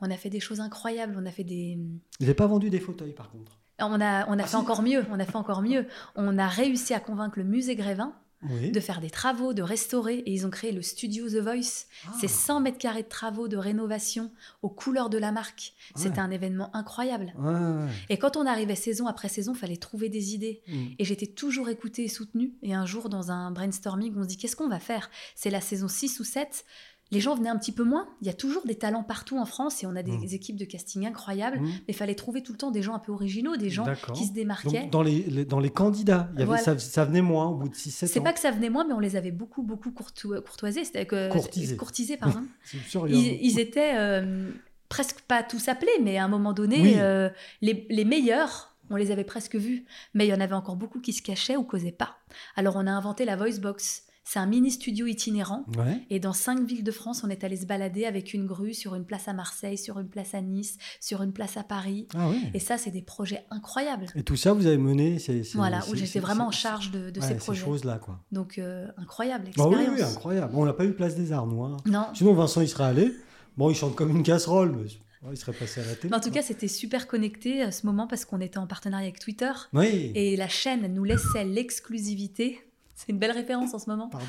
B: on a fait des choses incroyables. On a fait des, euh,
A: Vous n'avez pas vendu des fauteuils par contre
B: on a, on
A: Ah,
B: a fait
A: si.
B: encore mieux. On a fait encore mieux. On a réussi à convaincre le musée Grévin
A: Oui.
B: de faire des travaux, de restaurer. Et ils ont créé le studio The Voice.
A: Ah.
B: C'est 100 mètres carrés de travaux, de rénovation, aux couleurs de la marque. C'était
A: Ouais.
B: un événement incroyable.
A: Ouais, ouais.
B: Et quand on arrivait saison après saison, fallait trouver des idées.
A: Mm.
B: Et j'étais toujours écoutée et soutenue. Et un jour, dans un brainstorming, on se dit qu'est-ce qu'on va faire C'est la saison 6 ou 7. Les gens venaient un petit peu moins. Il y a toujours des talents partout en France et on a des
A: Mm.
B: équipes de casting incroyables.
A: Mm.
B: Mais il fallait trouver tout le temps des gens un peu originaux, des gens
A: Hum, D'accord.
B: qui se démarquaient.
A: Donc, dans, les, les- dans les candidats, il y avait,
B: Voilà.
A: ça, ça venait moins au bout de 6-7
B: C'est
A: ans.
B: pas que ça venait moins, mais on les avait beaucoup, beaucoup courtou- courtoisés. C'est-à-dire que-
A: Courtisés.
B: courtisés, pardon.
A: C'est sûr, il y a-
B: ils, ils étaient euh, presque pas tous appelés, mais à un moment donné,
A: Oui.
B: euh, les, les meilleurs, on les avait presque vus. Mais il y en avait encore beaucoup qui se cachaient ou causaient pas. Alors on a inventé la Voice Box. C'est un mini studio itinérant.
A: Ouais.
B: Et dans cinq villes de France, on est allé se balader avec une grue sur une place à Marseille, sur une place à Nice, sur une place à Paris.
A: Ah ouais.
B: Et ça, c'est des projets incroyables.
A: Et tout ça, vous avez mené ces. ces-
B: Voilà,
A: ces-
B: où
A: ces-
B: j'étais vraiment en
A: ces-
B: charge de, de
A: ouais,
B: ces projets.
A: choses-là, quoi.
B: Donc, euh, incroyable
A: Ah oui,
B: expérience.
A: oui, incroyable. Bon, on n'a pas eu place des arts, nous. hein.
B: Non.
A: Sinon, Vincent, il serait allé. Bon, il chante comme une casserole, mais bon, il serait passé à la télé.
B: Mais en tout cas, c'était super connecté à ce moment parce qu'on était en partenariat avec Twitter
A: Oui.
B: et la chaîne nous laissait l'exclusivité. C'est une belle référence en ce moment.
A: Pardon.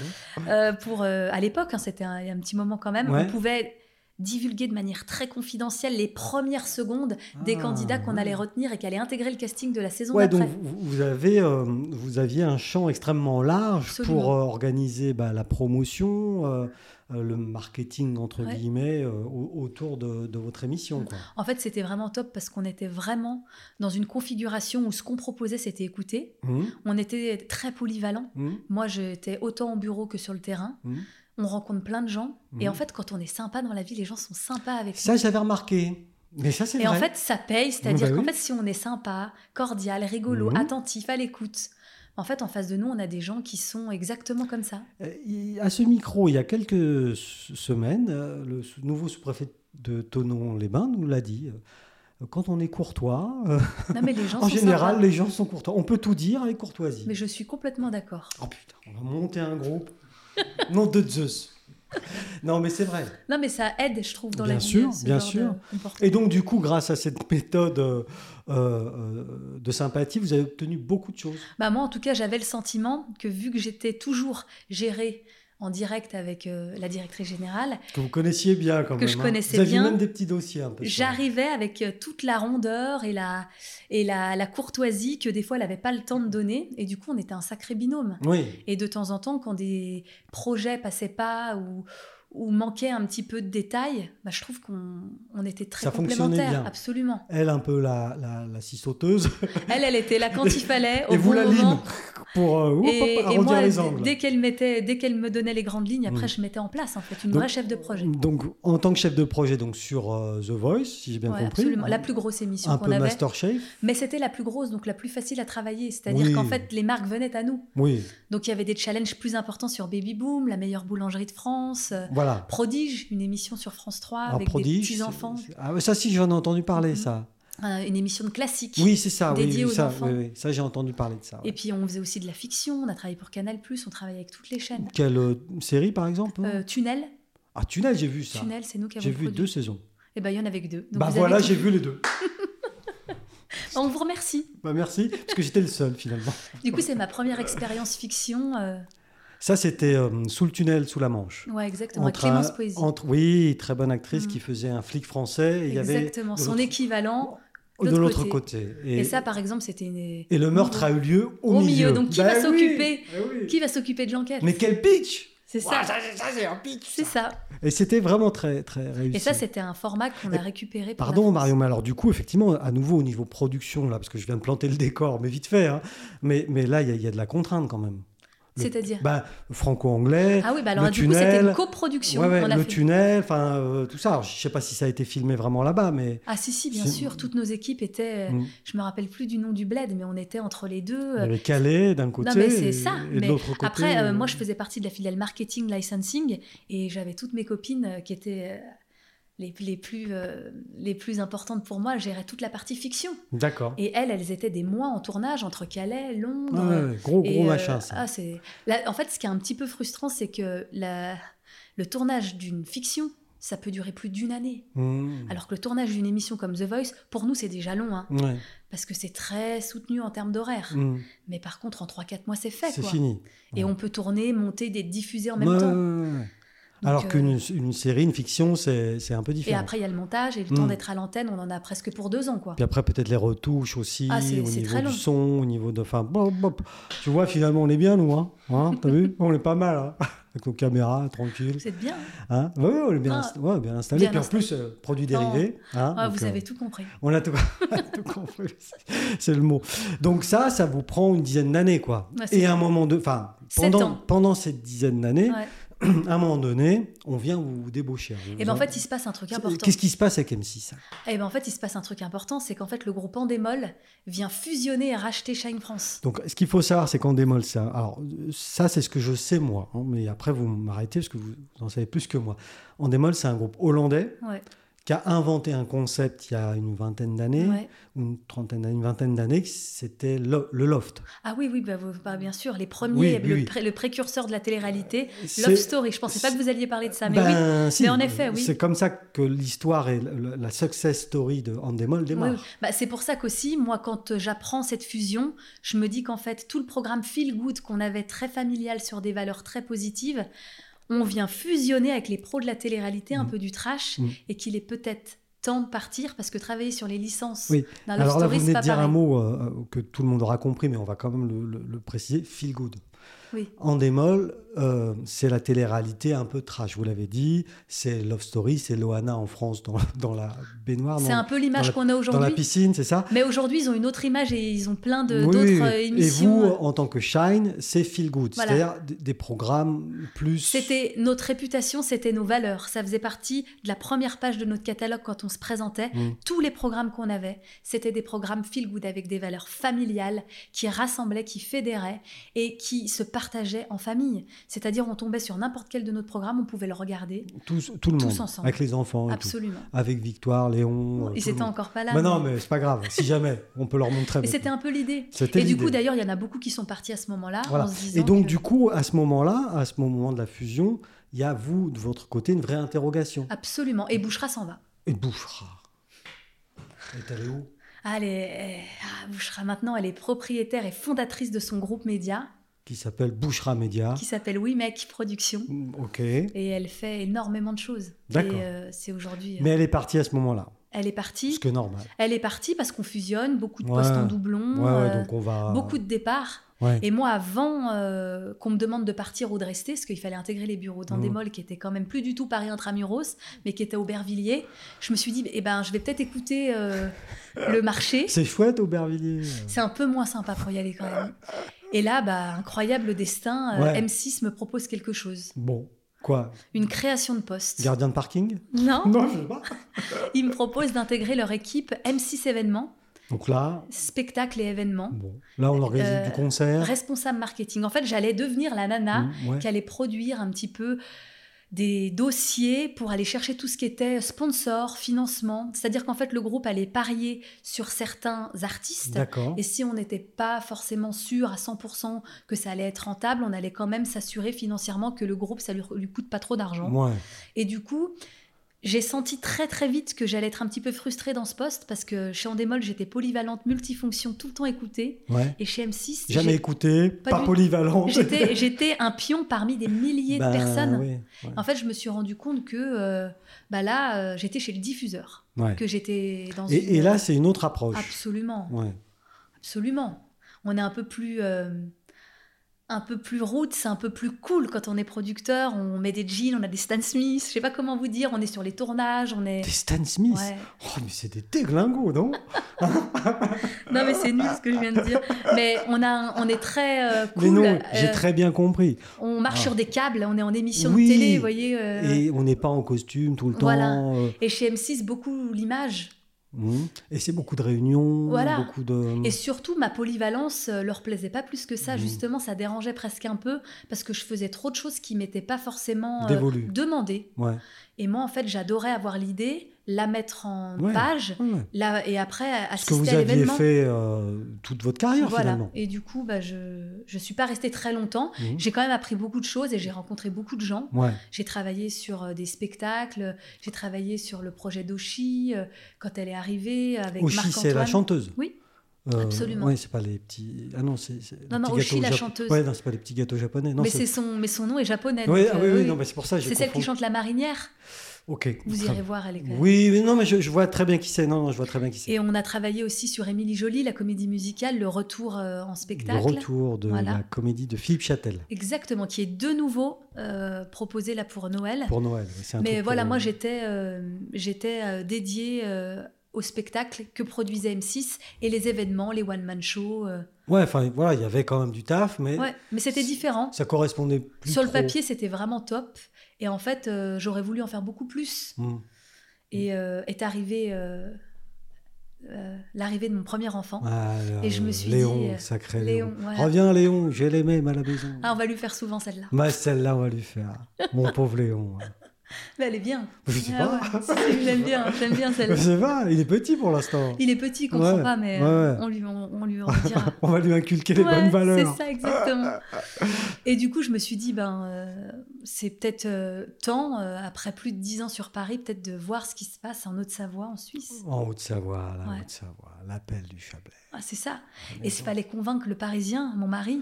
B: Euh, pour euh, à l'époque, hein, c'était un, un petit moment quand même.
A: Ouais.
B: On pouvait divulguer de manière très confidentielle les premières secondes des
A: Ah,
B: candidats qu'on
A: ouais.
B: allait retenir et qui allaient intégrer le casting de la saison
A: Ouais,
B: d'après.
A: donc vous, vous avez, euh, vous aviez un champ extrêmement large
B: Absolument.
A: pour euh, organiser bah, la promotion, euh, euh, le marketing entre
B: Ouais.
A: guillemets euh, au- autour de, de votre émission. Quoi.
B: En fait, c'était vraiment top parce qu'on était vraiment dans une configuration où ce qu'on proposait, c'était écouté.
A: Hum,
B: On était très polyvalent.
A: hum,
B: Moi, j'étais autant au bureau que sur le terrain.
A: Mhm.
B: On rencontre plein de gens.
A: Mhm.
B: Et en fait, quand on est sympa dans la vie, les gens sont sympas avec
A: Ça, j'avais remarqué. Mais ça, c'est
B: nous.
A: vrai.
B: Et en fait, ça paye. C'est-à-dire
A: Bah
B: qu'en
A: oui.
B: fait, si on est sympa, cordial, rigolo,
A: Mhm.
B: attentif, à l'écoute, en fait, en face de nous, on a des gens qui sont exactement comme ça.
A: Euh, il- À ce micro, il y a quelques s- semaines, euh, le sous- nouveau sous-préfet de Tonon-les-Bains nous l'a dit. Euh, Quand on est courtois, euh,
B: Non, mais les gens
A: en
B: sont
A: général,
B: sympas.
A: les gens sont courtois. On peut tout dire avec courtoisie.
B: Mais je suis complètement d'accord.
A: Oh putain, on va monter un groupe. Nom de Zeus. Non, mais c'est vrai.
B: Non, mais ça aide, je trouve, dans
A: Bien
B: la vie.
A: sûr,
B: ce
A: bien
B: genre
A: sûr.
B: de comportement.
A: Et donc, du coup, grâce à cette méthode euh, euh, euh, de sympathie, vous avez obtenu beaucoup de choses.
B: Bah, moi, en tout cas, j'avais le sentiment que vu que j'étais toujours gérée en direct avec euh, la directrice générale,
A: Que vous connaissiez bien, quand même.
B: Que je
A: hein.
B: connaissais
A: Vous aviez
B: bien.
A: même des petits dossiers un peu. sur-
B: J'arrivais avec euh, toute la rondeur et la, et la, la courtoisie que des fois elle n'avait pas le temps de donner. Et du coup, on était un sacré binôme.
A: Oui.
B: Et de temps en temps, quand des projets passaient pas ou, ou manquaient un petit peu de détails, bah, je trouve qu'on on était très
A: Ça fonctionnait
B: complémentaires.
A: bien.
B: Absolument.
A: Elle, un peu la, la, la scie sauteuse.
B: Elle, elle était là quand il fallait, au
A: Et
B: bon
A: vous, la ligne.
B: moment.
A: Pour euh, oup,
B: Et,
A: hop,
B: et
A: arrondir
B: moi,
A: les
B: dès-
A: angles.
B: dès qu'elle mettait- dès qu'elle me donnait les grandes lignes, après,
A: Mm.
B: je mettais en place en fait une
A: Donc-
B: vraie chef de projet.
A: Donc, en tant que chef de projet donc sur euh, The Voice, si j'ai bien
B: Ouais,
A: compris.
B: absolument. La plus grosse émission
A: Un peu
B: qu'on avait.
A: Masterchef.
B: Mais c'était la plus grosse, donc la plus facile à travailler. C'est-à-dire
A: Oui.
B: qu'en fait, les marques venaient à nous.
A: Oui,
B: Donc il y avait des challenges plus importants sur Baby Boom, la meilleure boulangerie de France, euh,
A: voilà.
B: Prodige, une émission sur France 3
A: Un
B: Ah, avec
A: prodige.
B: des petits-enfants,
A: c'est- c'est- Ah, ça, si, j'en ai entendu parler,
B: Mhm.
A: ça.
B: euh, une émission de classique.
A: Oui, c'est ça. Oui,
B: Dédié
A: oui,
B: aux
A: ça,
B: enfants.
A: oui, oui. ça j'ai entendu parler de ça. ouais.
B: Et puis on faisait aussi de la fiction, on a travaillé pour Canal+, on travaillait avec toutes les chaînes.
A: Quelle euh, série, par exemple hein
B: Euh, Tunnel,
A: Ah, Tunnel, j'ai vu ça.
B: Tunnel, c'est nous qui avons
A: J'ai vu
B: produit.
A: deux saisons.
B: Et ben il y en avait que deux. Donc,
A: bah
B: vous avez
A: voilà,
B: tout
A: j'ai vu les deux.
B: On vous remercie.
A: Bah merci, parce que j'étais le seul finalement.
B: Du coup c'est ma première expérience fiction. euh,
A: Ça, c'était euh, Sous le tunnel, sous la Manche.
B: Ouais exactement.
A: Entre un-
B: Clémence Poésie.
A: entre- oui, très bonne actrice
B: Mhm.
A: qui faisait un flic français. Et il y avait
B: Exactement.
A: de
B: Son
A: l'autre-
B: équivalent.
A: de
B: l'autre
A: l'autre côté.
B: côté.
A: Et,
B: Et... ça par exemple c'était une...
A: et le meurtre a eu lieu au,
B: Au milieu, donc qui va
A: oui,
B: s'occuper
A: eh oui.
B: Qui va s'occuper de l'enquête
A: Mais quel pitch
B: C'est
A: Ouah,
B: ça.
A: ça, c'est un pitch.
B: C'est ça.
A: Et c'était vraiment très, très réussi.
B: Et ça, c'était un format qu'on a récupéré. pour la
A: Pardon
B: France.
A: Marion, mais alors du coup, effectivement, à nouveau au niveau production, là, parce que je viens de planter le décor, mais vite fait, hein. mais, mais là, il y a- il y, a de la contrainte quand même. Le-
B: C'est-à-dire
A: bah, Franco-anglais,
B: Ah oui, bah alors
A: le
B: du coup, c'était
A: tunnel.
B: une coproduction.
A: ouais, ouais,
B: on a
A: le
B: fait.
A: tunnel, enfin euh, tout ça. Alors, je sais pas si ça a été filmé vraiment là-bas, mais...
B: Ah si, si, bien
A: C'est-
B: sûr. Toutes nos équipes étaient. euh,
A: Mm.
B: Je me rappelle plus du nom du bled, mais on était entre les deux.
A: Il y
B: euh,
A: avait Calais d'un côté
B: mais c'est
A: et,
B: ça,
A: et de
B: mais
A: l'autre côté.
B: Après, euh,
A: euh,
B: moi, je faisais partie de la filiale marketing licensing et j'avais toutes mes copines euh, qui étaient. euh, Les, les plus, euh, les plus importantes pour moi, géraient toute la partie fiction.
A: D'accord.
B: Et elles, elles étaient des mois en tournage entre Calais, Londres,
A: Ouais,
B: euh,
A: ouais, gros,
B: Et,
A: gros
B: euh,
A: machin, ça.
B: ah, c'est... là, en fait, ce qui est un petit peu frustrant, c'est que la... le tournage d'une fiction, ça peut durer plus d'une année.
A: Mmh.
B: Alors que le tournage d'une émission comme The Voice, pour nous, c'est déjà long, hein,
A: Ouais.
B: parce que c'est très soutenu en termes d'horaire.
A: Mmh.
B: Mais par contre, en 3-4 mois, c'est fait.
A: C'est
B: quoi.
A: fini.
B: Et on peut tourner, monter, des diffuser en même
A: Ouais,
B: temps.
A: ouais, ouais, ouais.
B: Donc,
A: Alors
B: euh,
A: qu'une une série, une fiction, c'est c'est un peu
B: Et
A: différent.
B: après, il y a le montage et le temps
A: Mm.
B: d'être à l'antenne, on en a presque pour deux ans, quoi.
A: Puis après, peut-être les retouches aussi,
B: Ah,
A: au
B: c'est- c'est
A: niveau
B: très
A: du
B: long.
A: son, au niveau de. Enfin, bop, bop. Tu vois, finalement, on est bien, nous. Hein, Hein, T'as vu On est pas mal. hein Avec nos caméras, tranquille.
B: Vous êtes bien. hein
A: Hein oui, on est bien,
B: Ah,
A: insta- ouais, bien installé.
B: bien
A: Puis en plus, euh, produits
B: Non.
A: dérivés. hein,
B: Ah,
A: donc,
B: vous
A: euh,
B: avez tout compris.
A: On a tout, tout compris. C'est le mot. Donc ça, ça vous prend une dizaine d'années, quoi.
B: Ouais, c'est
A: Et à un moment de... Enfin,
B: Sept
A: pendant,
B: ans.
A: pendant cette dizaine d'années,
B: Ouais.
A: à un moment donné, on vient vous débaucher.
B: Et ben en fait, il se passe un truc important.
A: Qu'est-ce qui se passe avec M6
B: Et ben en fait, il se passe un truc important, c'est qu'en fait, le groupe Endemol vient fusionner et racheter Shine France.
A: Donc, ce qu'il faut savoir, c'est qu'en démol, ça. Alors, euh, ça, c'est ce que je sais, moi. hein, mais après, vous m'arrêtez parce que vous en savez plus que moi. En démol, c'est un groupe hollandais
B: Ouais.
A: qui a inventé un concept il y a une vingtaine d'années,
B: ouais.
A: ou une trentaine, d'années, une vingtaine d'années, c'était lo- le loft.
B: Ah oui, oui, bah, vous- bah, bien sûr, les
A: Oui,
B: premiers,
A: oui,
B: le,
A: oui.
B: pré- le précurseur de la télé-réalité,
A: C'est-
B: Love Story. Je pensais pas que vous alliez parler de ça, mais oui.
A: Ben, si,
B: Mais en effet, oui.
A: C'est comme ça que l'histoire et la, la success story de Andemol démarre.
B: Oui, oui. Bah, c'est pour ça qu'aussi, moi, quand euh, j'apprends cette fusion, je me dis qu'en fait, tout le programme Feel Good qu'on avait très familial sur des valeurs très positives, on vient fusionner avec les pros de la télé-réalité, un
A: Mhm.
B: peu du trash,
A: Mhm.
B: et qu'il est peut-être temps de partir parce que travailler sur les licences
A: Oui.
B: d'un Love
A: Alors là,
B: Story,
A: vous
B: c'est
A: venez de
B: pas
A: dire un
B: pareil.
A: mot euh, euh, que tout le monde aura compris, mais on va quand même le, le- le préciser. Feel good.
B: Oui.
A: En démol, euh, c'est la télé-réalité un peu trash, vous l'avez dit. C'est Love Story, c'est Loana en France dans, dans la baignoire,
B: C'est
A: non,
B: un peu l'image
A: la-
B: qu'on a
A: dans la
B: aujourd'hui.
A: piscine, c'est ça
B: Mais aujourd'hui, ils ont une autre image et ils ont plein de-
A: Oui,
B: d'autres
A: oui,
B: euh,
A: oui.
B: émissions.
A: Et vous, en tant que Shine, c'est Feel Good,
B: Voilà.
A: c'est-à-dire des, des programmes plus...
B: C'était notre réputation, c'était nos valeurs. Ça faisait partie de la première page de notre catalogue quand on se présentait.
A: Mm.
B: Tous les programmes qu'on avait, c'était des programmes feel good avec des valeurs familiales qui rassemblaient, qui fédéraient et qui se partageaient en famille. C'est-à-dire, on tombait sur n'importe quel de nos programmes, on pouvait le regarder.
A: tous, tout le
B: tous
A: monde,
B: ensemble.
A: avec les enfants et tout.
B: Absolument.
A: Avec Victoire, Léon... euh,
B: Ils
A: tout le
B: étaient
A: monde.
B: encore pas là.
A: Bah
B: mais-
A: non, mais c'est pas grave, si jamais, on peut leur montrer.
B: mais
A: maintenant.
B: c'était un peu l'idée.
A: C'était
B: Et du
A: l'idée.
B: coup, d'ailleurs, il y en a beaucoup qui sont partis à ce moment-là.
A: Voilà.
B: Ah, en se disant
A: Et donc,
B: que-
A: du coup, à ce moment-là, à ce moment de la fusion, il y a, vous, de votre côté, une vraie interrogation.
B: Ah. Absolument. Et Bouchra s'en va.
A: Et Bouchra Elle est allée où
B: Ah, elle est- ah, Bouchra, maintenant, elle est propriétaire et fondatrice de son groupe média.
A: Qui s'appelle Bouchra Média.
B: qui s'appelle Oui Mec Productions.
A: Mm, Ok.
B: Et elle fait énormément de choses.
A: D'accord.
B: Et euh, c'est aujourd'hui. euh,
A: Mais elle est partie à ce moment-là.
B: Elle est
A: Ce
B: partie.
A: que normal.
B: Elle est partie parce qu'on fusionne, beaucoup de
A: Ouais.
B: postes en
A: Ouais,
B: doublon,
A: ouais,
B: euh,
A: donc on va.
B: beaucoup de départs.
A: Ouais.
B: Et moi, avant euh, qu'on me demande de partir ou de rester, parce qu'il fallait intégrer les bureaux
A: Mhm.
B: d'Andemol, qui était quand même plus du tout Paris Intramuros, mais qui était à Aubervilliers, je me suis dit, eh ben, je vais peut-être écouter euh, le marché.
A: C'est chouette, Aubervilliers.
B: C'est un peu moins sympa pour y aller quand même. Et là, bah, incroyable destin, euh,
A: Ouais.
B: M6 me propose quelque chose.
A: Bon. Quoi
B: Une création de poste.
A: Gardien de parking
B: Non,
A: Non, je sais pas.
B: ils me proposent d'intégrer leur équipe M6 événements,
A: Donc là,
B: spectacles et événements,
A: bon. Là, on organise
B: Euh,
A: du concert.
B: responsable marketing. En fait, j'allais devenir la nana
A: Mm, ouais.
B: qui allait produire un petit peu des dossiers pour aller chercher tout ce qui était sponsor, financement. C'est-à-dire qu'en fait, le groupe allait parier sur certains artistes.
A: D'accord.
B: Et si on n'était pas forcément sûr à 100% que ça allait être rentable, on allait quand même s'assurer financièrement que le groupe, ça lui, lui coûte pas trop d'argent.
A: Ouais.
B: Et du coup, j'ai senti très très vite que j'allais être un petit peu frustrée dans ce poste parce que chez Endemol, j'étais polyvalente, multifonction, tout le temps écoutée.
A: ouais.
B: Et chez M6,
A: Jamais
B: j'ai-
A: écouté,
B: Pas
A: pas,
B: du-
A: polyvalent.
B: j'étais j'étais un pion parmi des milliers
A: Ben,
B: de personnes.
A: oui, ouais.
B: En fait, je me suis rendu compte que euh, bah là, euh, j'étais chez le diffuseur,
A: Ouais.
B: que j'étais dans une-
A: Et, et là, c'est une autre approche.
B: absolument,
A: Ouais.
B: absolument. On est un peu plus euh, un peu plus roots, c'est un peu plus cool quand on est producteur. On met des jeans, on a des Stan Smith, je sais pas comment vous dire. On est sur les tournages, on est
A: Des Stan Smith
B: Ouais. Ah,
A: Oh, mais c'est des déglingos, non
B: Non, mais c'est nul ce que je viens de dire. Mais on, a un- on est très euh, cool.
A: Mais non,
B: euh,
A: j'ai très bien compris.
B: On marche
A: Ah.
B: sur des câbles, on est en émission
A: Oui.
B: de télé, vous voyez. euh, Et...
A: Et on n'est pas en costume tout le
B: Voilà.
A: temps. euh,
B: chez M6, beaucoup l'image.
A: hum. Et c'est beaucoup de réunions,
B: Voilà.
A: beaucoup de... hum,
B: Et surtout, ma polyvalence euh, leur plaisait pas plus que ça.
A: Mhm.
B: Justement, ça dérangeait presque un peu parce que je faisais trop de choses qui m'étaient pas forcément euh,
A: Dévolues.
B: demandées.
A: Ouais.
B: Et moi, en fait, j'adorais avoir l'idée, la mettre en
A: Ouais.
B: page,
A: Ouais.
B: la, et après
A: Ce que
B: euh, assister
A: vous
B: à
A: aviez
B: l'événement.
A: fait euh, toute votre carrière
B: voilà.
A: finalement.
B: Et du coup, bah, je ne suis pas restée très longtemps.
A: Mhm.
B: J'ai quand même appris beaucoup de choses et j'ai rencontré beaucoup de gens.
A: Ouais.
B: J'ai travaillé sur euh, des spectacles, j'ai travaillé sur le projet d'Oshi euh, quand elle est arrivée avec
A: Oshi,
B: Marc-Antoine.
A: c'est la chanteuse.
B: Oui,
A: Euh,
B: absolument.
A: Ouais, c'est pas les petits. Ah non, c'est. c'est les
B: Non, non,
A: petits
B: Oshi,
A: gâteaux
B: la
A: jap-
B: chanteuse.
A: Ouais, non, c'est pas les petits gâteaux japonais. Non,
B: mais, c'est son, mais son nom est japonais.
A: Ouais,
B: donc,
A: ah
B: euh,
A: oui, oui,
B: oui.
A: non, mais c'est pour ça. j'ai
B: C'est celle qui
A: confondu.
B: chante La Marinière.
A: Ok.
B: Vous
A: très
B: irez
A: bien.
B: voir, elle est quand même-
A: Oui, mais non, mais je, je vois très bien qui c'est. Non, non, je vois très bien qui c'est.
B: Et on a travaillé aussi sur Émilie Jolie, la comédie musicale, le retour euh, en
A: Le
B: spectacle.
A: retour de
B: Voilà.
A: la comédie de Philippe Châtel
B: Exactement, qui est de nouveau euh, proposé là pour Noël.
A: pour Noël. ouais, c'est un
B: Mais
A: truc,
B: voilà,
A: euh,
B: moi j'étais euh, j'étais euh, dédiée euh, au spectacle que produisait M6 et les événements, les one-man shows. euh.
A: Ouais, enfin, voilà, il y avait quand même du taf, mais
B: Ouais, mais c'était différent.
A: ça correspondait plus.
B: Sur le
A: trop.
B: papier, c'était vraiment top. Et en fait, euh, j'aurais voulu en faire beaucoup plus.
A: Hmm.
B: Et euh, est arrivée euh, euh, l'arrivée de mon premier enfant.
A: Ah, là,
B: Et je me suis
A: Léon,
B: dit, euh,
A: sacré Léon.
B: Léon, voilà.
A: Reviens, Léon, j'ai les mêmes à la maison.
B: Ah, on va lui faire souvent celle-là.
A: Bah, celle-là, on va lui faire. Mon pauvre Léon. hein.
B: Mais elle est bien.
A: Je sais
B: Ah
A: pas.
B: ouais, si, si, je l'aime bien, j'aime bien
A: Je
B: celle-là.
A: sais pas, il est petit pour l'instant.
B: Il est petit, il comprend
A: Ouais,
B: pas, mais
A: ouais,
B: euh,
A: ouais.
B: on lui on, on lui en dira.
A: On va lui inculquer les bonnes valeurs.
B: C'est ça, exactement. Et du coup, je me suis dit, ben, euh, c'est peut-être euh, temps, euh, après plus de 10 ans sur Paris, peut-être de voir ce qui se passe en Haute-Savoie, en Suisse.
A: En Haute-Savoie, la
B: Ouais.
A: Haute-Savoie, l'appel du Chablais.
B: Ah, c'est ça.
A: La
B: Et il
A: maison.
B: fallait convaincre le Parisien, mon mari,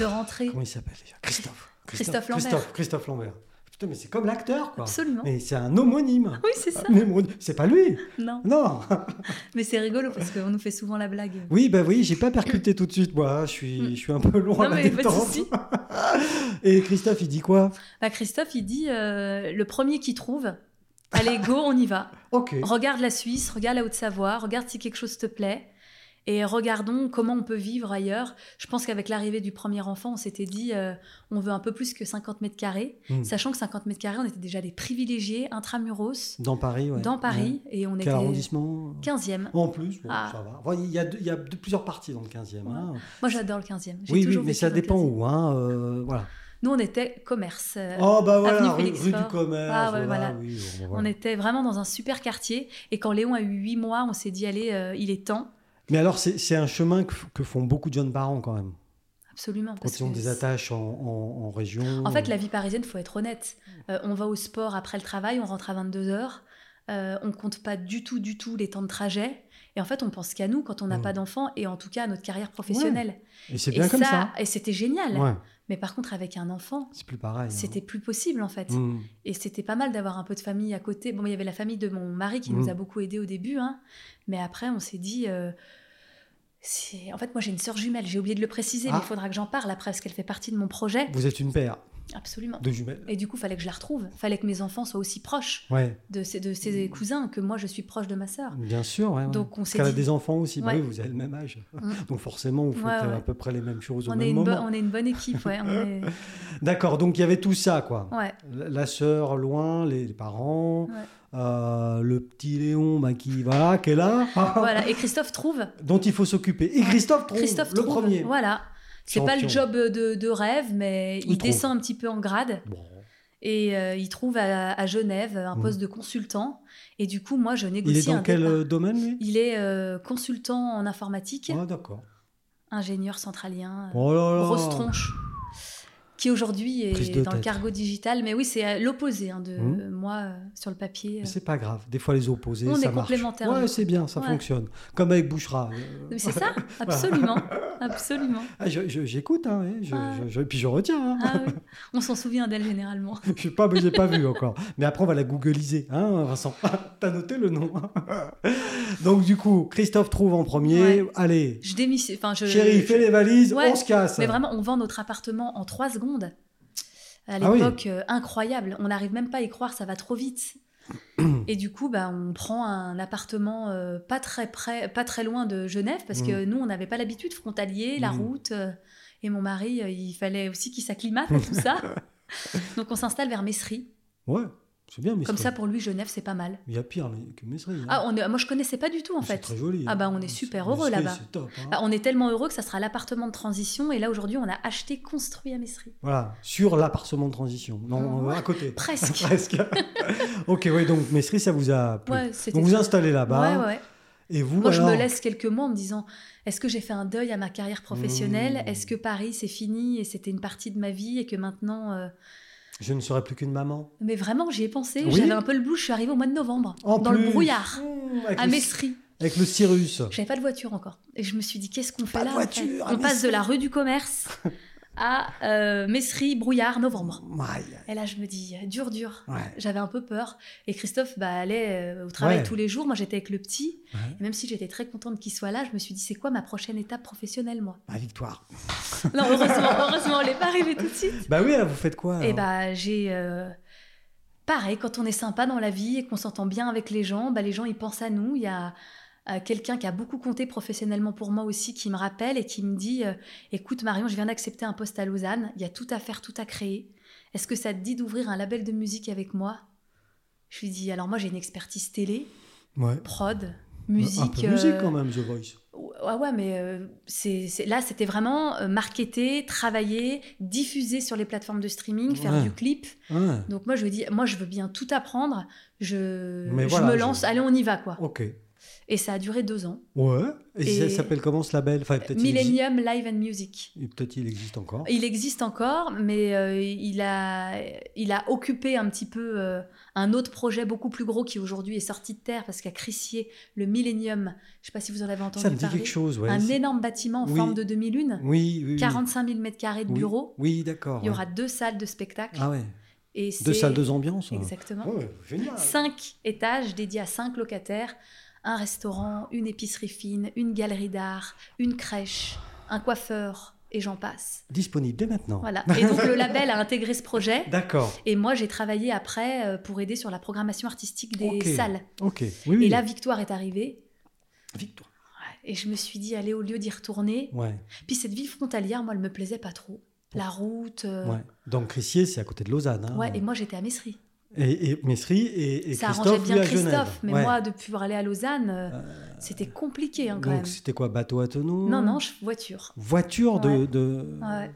B: de rentrer.
A: Comment il s'appelle déjà Christophe.
B: Christophe Lambert.
A: Christophe, Christophe Lambert. Putain, mais c'est comme l'acteur, quoi.
B: Absolument.
A: Mais c'est un homonyme.
B: Oui, c'est ça.
A: Mais mon Dieu, c'est pas lui.
B: Non,
A: Non.
B: mais c'est rigolo parce qu'on nous fait souvent la blague.
A: Oui, bah oui, j'ai pas percuté tout de suite, moi. hein. Je suis,
B: Mm.
A: je suis un peu loin
B: Non,
A: à Oh, la
B: mais pas de
A: détente.
B: souci.
A: Et Christophe, il dit quoi
B: Bah, Christophe, il dit euh, le premier qui trouve, allez, go, on y va.
A: Ok.
B: Regarde la Suisse, regarde la Haute-Savoie, regarde si quelque chose te plaît. Et regardons comment on peut vivre ailleurs. Je pense qu'avec l'arrivée du premier enfant, on s'était dit euh, on veut un peu plus que 50 mètres carrés.
A: Mm.
B: Sachant que 50 mètres carrés, on était déjà des privilégiés intramuros
A: Dans Paris, ouais.
B: dans Paris. Et on
A: Ouais.
B: était
A: Quel arrondissement
B: 15e.
A: En plus, bon,
B: Ah.
A: ça va. Enfin, il y a, deux- il y a deux- plusieurs parties dans le 15e. hein.
B: Moi, j'adore le 15e. J'ai
A: Oui, oui,
B: toujours
A: mais
B: vécu
A: ça
B: dans le
A: dépend
B: 15e.
A: où. Hein, euh, voilà.
B: Nous, on était commerce. euh,
A: Oh, bah voilà,
B: Avenue
A: rue,
B: Félix
A: rue du
B: Faure.
A: commerce.
B: Ah, ouais,
A: voilà,
B: voilà.
A: oui, bon,
B: On
A: voilà.
B: était vraiment dans un super quartier. Et quand Léon a eu 8 mois, on s'est dit allez, euh, il est temps.
A: Mais alors, c'est c'est un chemin que, f- que font beaucoup de jeunes parents quand même.
B: Absolument.
A: Quand
B: parce
A: ils ont
B: que
A: des
B: c'est-
A: attaches en, en- en région.
B: En fait, la vie parisienne, faut être honnête. Euh, on va au sport après le travail, on rentre à 22h. Euh, on compte pas du tout, du tout les temps de trajet. Et en fait, on pense qu'à nous quand on n'a
A: Mm.
B: pas d'enfants et en tout cas à notre carrière professionnelle.
A: Et c'est
B: Et
A: bien comme ça.
B: Et c'était génial.
A: Ouais,
B: Mais par contre, avec un enfant,
A: c'est plus pareil. hein.
B: c'était plus possible en fait.
A: Mm.
B: Et c'était pas mal d'avoir un peu de famille à côté. Bon, il y avait la famille de mon mari qui
A: Mm.
B: nous a beaucoup aidés au début, hein. mais après, on s'est dit. euh, c'est- en fait, moi, j'ai une sœur jumelle. J'ai oublié de le préciser, mais
A: Ah.
B: il faudra que j'en parle après parce qu'elle fait partie de mon projet.
A: Vous êtes une paire
B: Absolument.
A: de jumelles.
B: Et du coup, fallait que je la retrouve. Fallait que mes enfants soient aussi proches
A: Ouais,
B: de ses, de ses cousins que moi, je suis proche de ma sœur.
A: bien sûr. Mmh. Ah ouais, ouais.
B: Donc, on
A: Parce
B: s'est
A: qu'elle a
B: dit-
A: des enfants aussi. Bah
B: Ouais.
A: oui, vous avez le même âge.
B: Mm.
A: Donc forcément, vous faites
B: Ouais,
A: euh,
B: ouais.
A: à peu près les mêmes choses au
B: On est,
A: même
B: une bo-
A: moment.
B: on est une bonne équipe, ouais. on est-
A: D'accord, donc il y avait tout ça, quoi.
B: ouais.
A: La, la sœur loin, les, les parents,
B: Ouais.
A: euh, le petit Léon bah, qui, voilà, qui est là,
B: Voilà. Et Christophe trouve.
A: dont il faut s'occuper. Et Christophe trouve
B: Christophe
A: Oh, le
B: trouve.
A: premier.
B: Voilà. C'est pas
A: Champion.
B: le job de, de rêve, mais il,
A: Il trouve.
B: descend un petit peu en grade
A: Bon.
B: et euh, il trouve à, à Genève un
A: Mhm.
B: poste de consultant. Et du coup, moi, je
A: Il
B: négocie
A: est dans
B: un
A: quel
B: départ.
A: euh, domaine, lui
B: Il est euh, consultant en informatique,
A: Ah, d'accord.
B: ingénieur centralien. euh,
A: Oh là là.
B: grosse tronche, qui aujourd'hui
A: Prise
B: est
A: de
B: dans le
A: tête.
B: cargo digital. Mais oui, c'est euh, l'opposé hein, de
A: Mhm.
B: euh, moi euh, sur le papier.
A: Mais
B: euh.
A: c'est pas grave. Des fois, les opposés,
B: On
A: ça
B: est
A: marche.
B: complémentaires,
A: Ouais,
B: nous.
A: c'est bien, ça
B: Ouais.
A: fonctionne. Comme avec Bouchra. euh,
B: Mais c'est ça, absolument, absolument.
A: ah, je- je- J'écoute, hein, ouais, je-
B: Ouais.
A: je- je- puis je retiens. hein.
B: Ah oui, on s'en souvient d'elle généralement.
A: Je sais pas, mais je l'ai pas vu encore. Mais après, on va la googliser, hein, Vincent. T'as noté le nom. hein. Donc, du coup, Christophe trouve en premier.
B: Ouais.
A: Allez,
B: Je démissionne, enfin je.
A: chérie,
B: je-
A: fais les valises,
B: Ouais,
A: on se casse.
B: Mais vraiment, on vend notre appartement en trois secondes. À
A: Ah oui.
B: l'époque, euh, incroyable. On n'arrive même pas à y croire, ça va trop vite. Et du coup, bah, on prend un appartement euh, pas, très près, pas très loin de Genève, parce que nous, on n'avait pas l'habitude, frontalier, la
A: Mm.
B: route. euh, et mon mari, euh, il fallait aussi qu'il s'acclimate à tout ça. Donc, on s'installe vers Messry.
A: Ouais, C'est bien,
B: Comme
A: Mestri.
B: ça, pour lui, Genève, c'est pas mal.
A: Il y a pire mais- que Mestri. hein.
B: Ah, on est- moi, je connaissais pas du tout, en
A: Mais C'est
B: fait.
A: très joli.
B: Ah
A: hein.
B: bah, on est
A: C'est-
B: super heureux
A: Mestri,
B: là-bas.
A: C'est top. hein.
B: Bah, on est tellement heureux que ça sera l'appartement de transition. Et là, aujourd'hui, on a acheté, construit à Messry.
A: Voilà, sur l'appartement de transition. Non, euh,
B: Ouais.
A: à côté.
B: Presque.
A: Presque. ok, oui, donc Mestri, ça vous a plu.
B: Ouais, c'était.
A: Vous vous installez
B: Ouais,
A: là-bas.
B: ouais, ouais.
A: Et vous,
B: Moi,
A: alors
B: je me laisse quelques mois en me disant est-ce que j'ai fait un deuil à ma carrière professionnelle
A: Mmh.
B: Est-ce que Paris, c'est fini et c'était une partie de ma vie et que maintenant. euh,
A: Je ne serai plus qu'une maman.
B: Mais vraiment, j'y ai pensé.
A: Oui.
B: J'avais un peu le blues. Je suis arrivée au mois de novembre,
A: En
B: dans le
A: plus.
B: brouillard,
A: Mmh, avec,
B: à
A: le,
B: Messry.
A: avec le Cyrus.
B: J'avais pas de voiture encore. Et je me suis dit, qu'est-ce qu'on fait
A: Pas de
B: là en fait
A: voiture, à
B: On passe de
A: Messry.
B: la rue du commerce à euh, Messry, brouillard, novembre.
A: Aïe,
B: Et là, je me dis, dur, dur.
A: Ouais.
B: J'avais un peu peur. Et Christophe bah, allait euh, au travail
A: Ouais.
B: tous les jours. Moi, j'étais avec le petit.
A: Ouais.
B: Et même si j'étais très contente qu'il soit là, je me suis dit, c'est quoi ma prochaine étape professionnelle, moi
A: ma victoire.
B: Non, heureusement, heureusement on n'est pas arrivé tout de suite.
A: Bah oui, là, vous faites quoi
B: Et
A: alors
B: bah, j'ai. euh, Pareil, quand on est sympa dans la vie et qu'on s'entend bien avec les gens, bah, les gens, ils pensent à nous. Il y a euh, quelqu'un qui a beaucoup compté professionnellement pour moi aussi, qui me rappelle et qui me dit euh, Écoute, Marion, je viens d'accepter un poste à Lausanne. Il y a tout à faire, tout à créer. Est-ce que ça te dit d'ouvrir un label de musique avec moi Je lui dis Alors, moi, j'ai une expertise télé,
A: Ouais.
B: prod,
A: Un
B: bah, musique.
A: peu musique
B: euh,
A: quand même, The Voice.
B: Ouais, ouais, mais euh, c'est, c'est- là, c'était vraiment euh, marketer, travailler, diffuser sur les plateformes de streaming, faire
A: Ouais.
B: du clip.
A: Ouais.
B: Donc moi, je me dis, moi, je veux bien tout apprendre. Je,
A: Mais
B: je
A: voilà,
B: me
A: je-
B: lance, allez, on y va, quoi.
A: Ok.
B: Et ça a duré deux ans.
A: Ouais. Et,
B: Et-
A: ça s'appelle comment ce label enfin, peut-être il existe-
B: Millennium Live and Music.
A: et Peut-être il existe encore.
B: Il existe encore, mais euh, il, a, il a occupé un petit peu euh, un autre projet beaucoup plus gros qui aujourd'hui est sorti de terre parce qu'à Crissier, le Millennium, je sais pas si vous en avez entendu
A: Ça me dit
B: parler,
A: quelque chose, ouais.
B: un
A: C'est-
B: énorme bâtiment en
A: Oui.
B: forme de demi-lune.
A: Oui, oui, oui.
B: 45 000 mètres carrés de
A: Oui.
B: bureaux.
A: Oui, d'accord.
B: Il y
A: ouais.
B: aura deux salles de spectacle.
A: Ah ouais.
B: et
A: Deux
B: c'est-
A: salles, deux ambiances. hein.
B: Exactement.
A: Ouais, génial.
B: Cinq étages dédiés à cinq locataires, un restaurant, une épicerie fine, une galerie d'art, une crèche, un coiffeur, et j'en passe.
A: Disponible dès maintenant.
B: Voilà. Et donc le label a intégré ce projet.
A: D'accord.
B: Et moi, j'ai travaillé après euh, pour aider sur la programmation artistique des
A: Ok.
B: salles.
A: Ok. Oui, oui.
B: Et là, Victoire est arrivée.
A: Victoire.
B: Et je me suis dit, allez, au lieu d'y retourner.
A: Ouais.
B: Puis cette ville frontalière, moi, elle me plaisait pas trop. La route. euh,
A: ouais. Donc Crissier, c'est à côté de Lausanne. hein.
B: ouais, Et moi, j'étais à Messry.
A: Et, et Messry et, et
B: ça
A: Christophe,
B: arrangeait bien
A: lui, à Genève.
B: Christophe, mais
A: Ouais.
B: moi, de pouvoir aller à Lausanne, euh,
A: Euh,
B: c'était compliqué hein, quand
A: donc
B: même.
A: c'était quoi, bateau à tonneau
B: Non, non, je, voiture.
A: Voiture de.
B: Ouais.
A: de-
B: Ouais.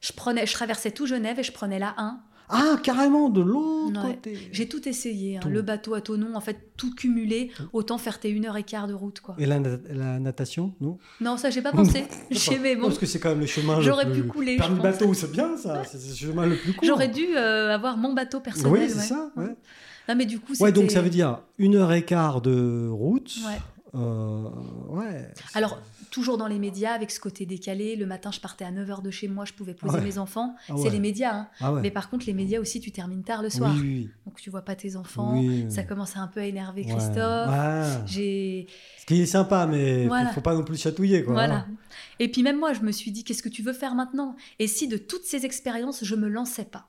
B: Je, prenais, je traversais tout Genève et je prenais la 1.
A: Ah, carrément, de l'autre
B: Ouais.
A: côté.
B: J'ai tout essayé, hein,
A: Tout.
B: le bateau à Tonon, en fait, tout cumulé.
A: Tout.
B: Autant faire tes une heure et quart de route, quoi.
A: Et la, nat- la natation, non
B: Non, ça, j'ai pas pensé. J'aimais,
A: Non,
B: bon,
A: Parce que c'est quand même le chemin. le
B: j'aurais
A: plus-
B: pu couler. je
A: Permis
B: pense.
A: bateau, c'est bien ça. C'est c'est le chemin le plus court.
B: J'aurais dû euh, avoir mon bateau personnel.
A: Oui, c'est
B: ouais.
A: ça. Ouais.
B: Non, mais du coup,
A: Ouais, donc
B: c'était-
A: ça veut dire une heure et quart de route.
B: Ouais.
A: Euh, ouais.
B: Alors, toujours dans les médias, avec ce côté décalé, le matin, je partais à 9h de chez moi, je pouvais poser
A: Ouais.
B: mes enfants.
A: Ah
B: C'est
A: ouais.
B: les médias, hein.
A: Ah ouais.
B: Mais par contre, les médias aussi, tu termines tard le soir.
A: Oui, oui,
B: Donc tu vois pas tes
A: oui.
B: enfants.
A: Oui,
B: Ça
A: oui.
B: commence à un peu à énerver
A: Ouais.
B: Christophe.
A: Ouais.
B: J'ai
A: Ce qui est sympa, mais
B: Voilà.
A: faut pas non plus chatouiller. Quoi.
B: voilà. Et puis même moi, je me suis dit qu'est-ce que tu veux faire maintenant Et si de toutes ces expériences, je me lançais pas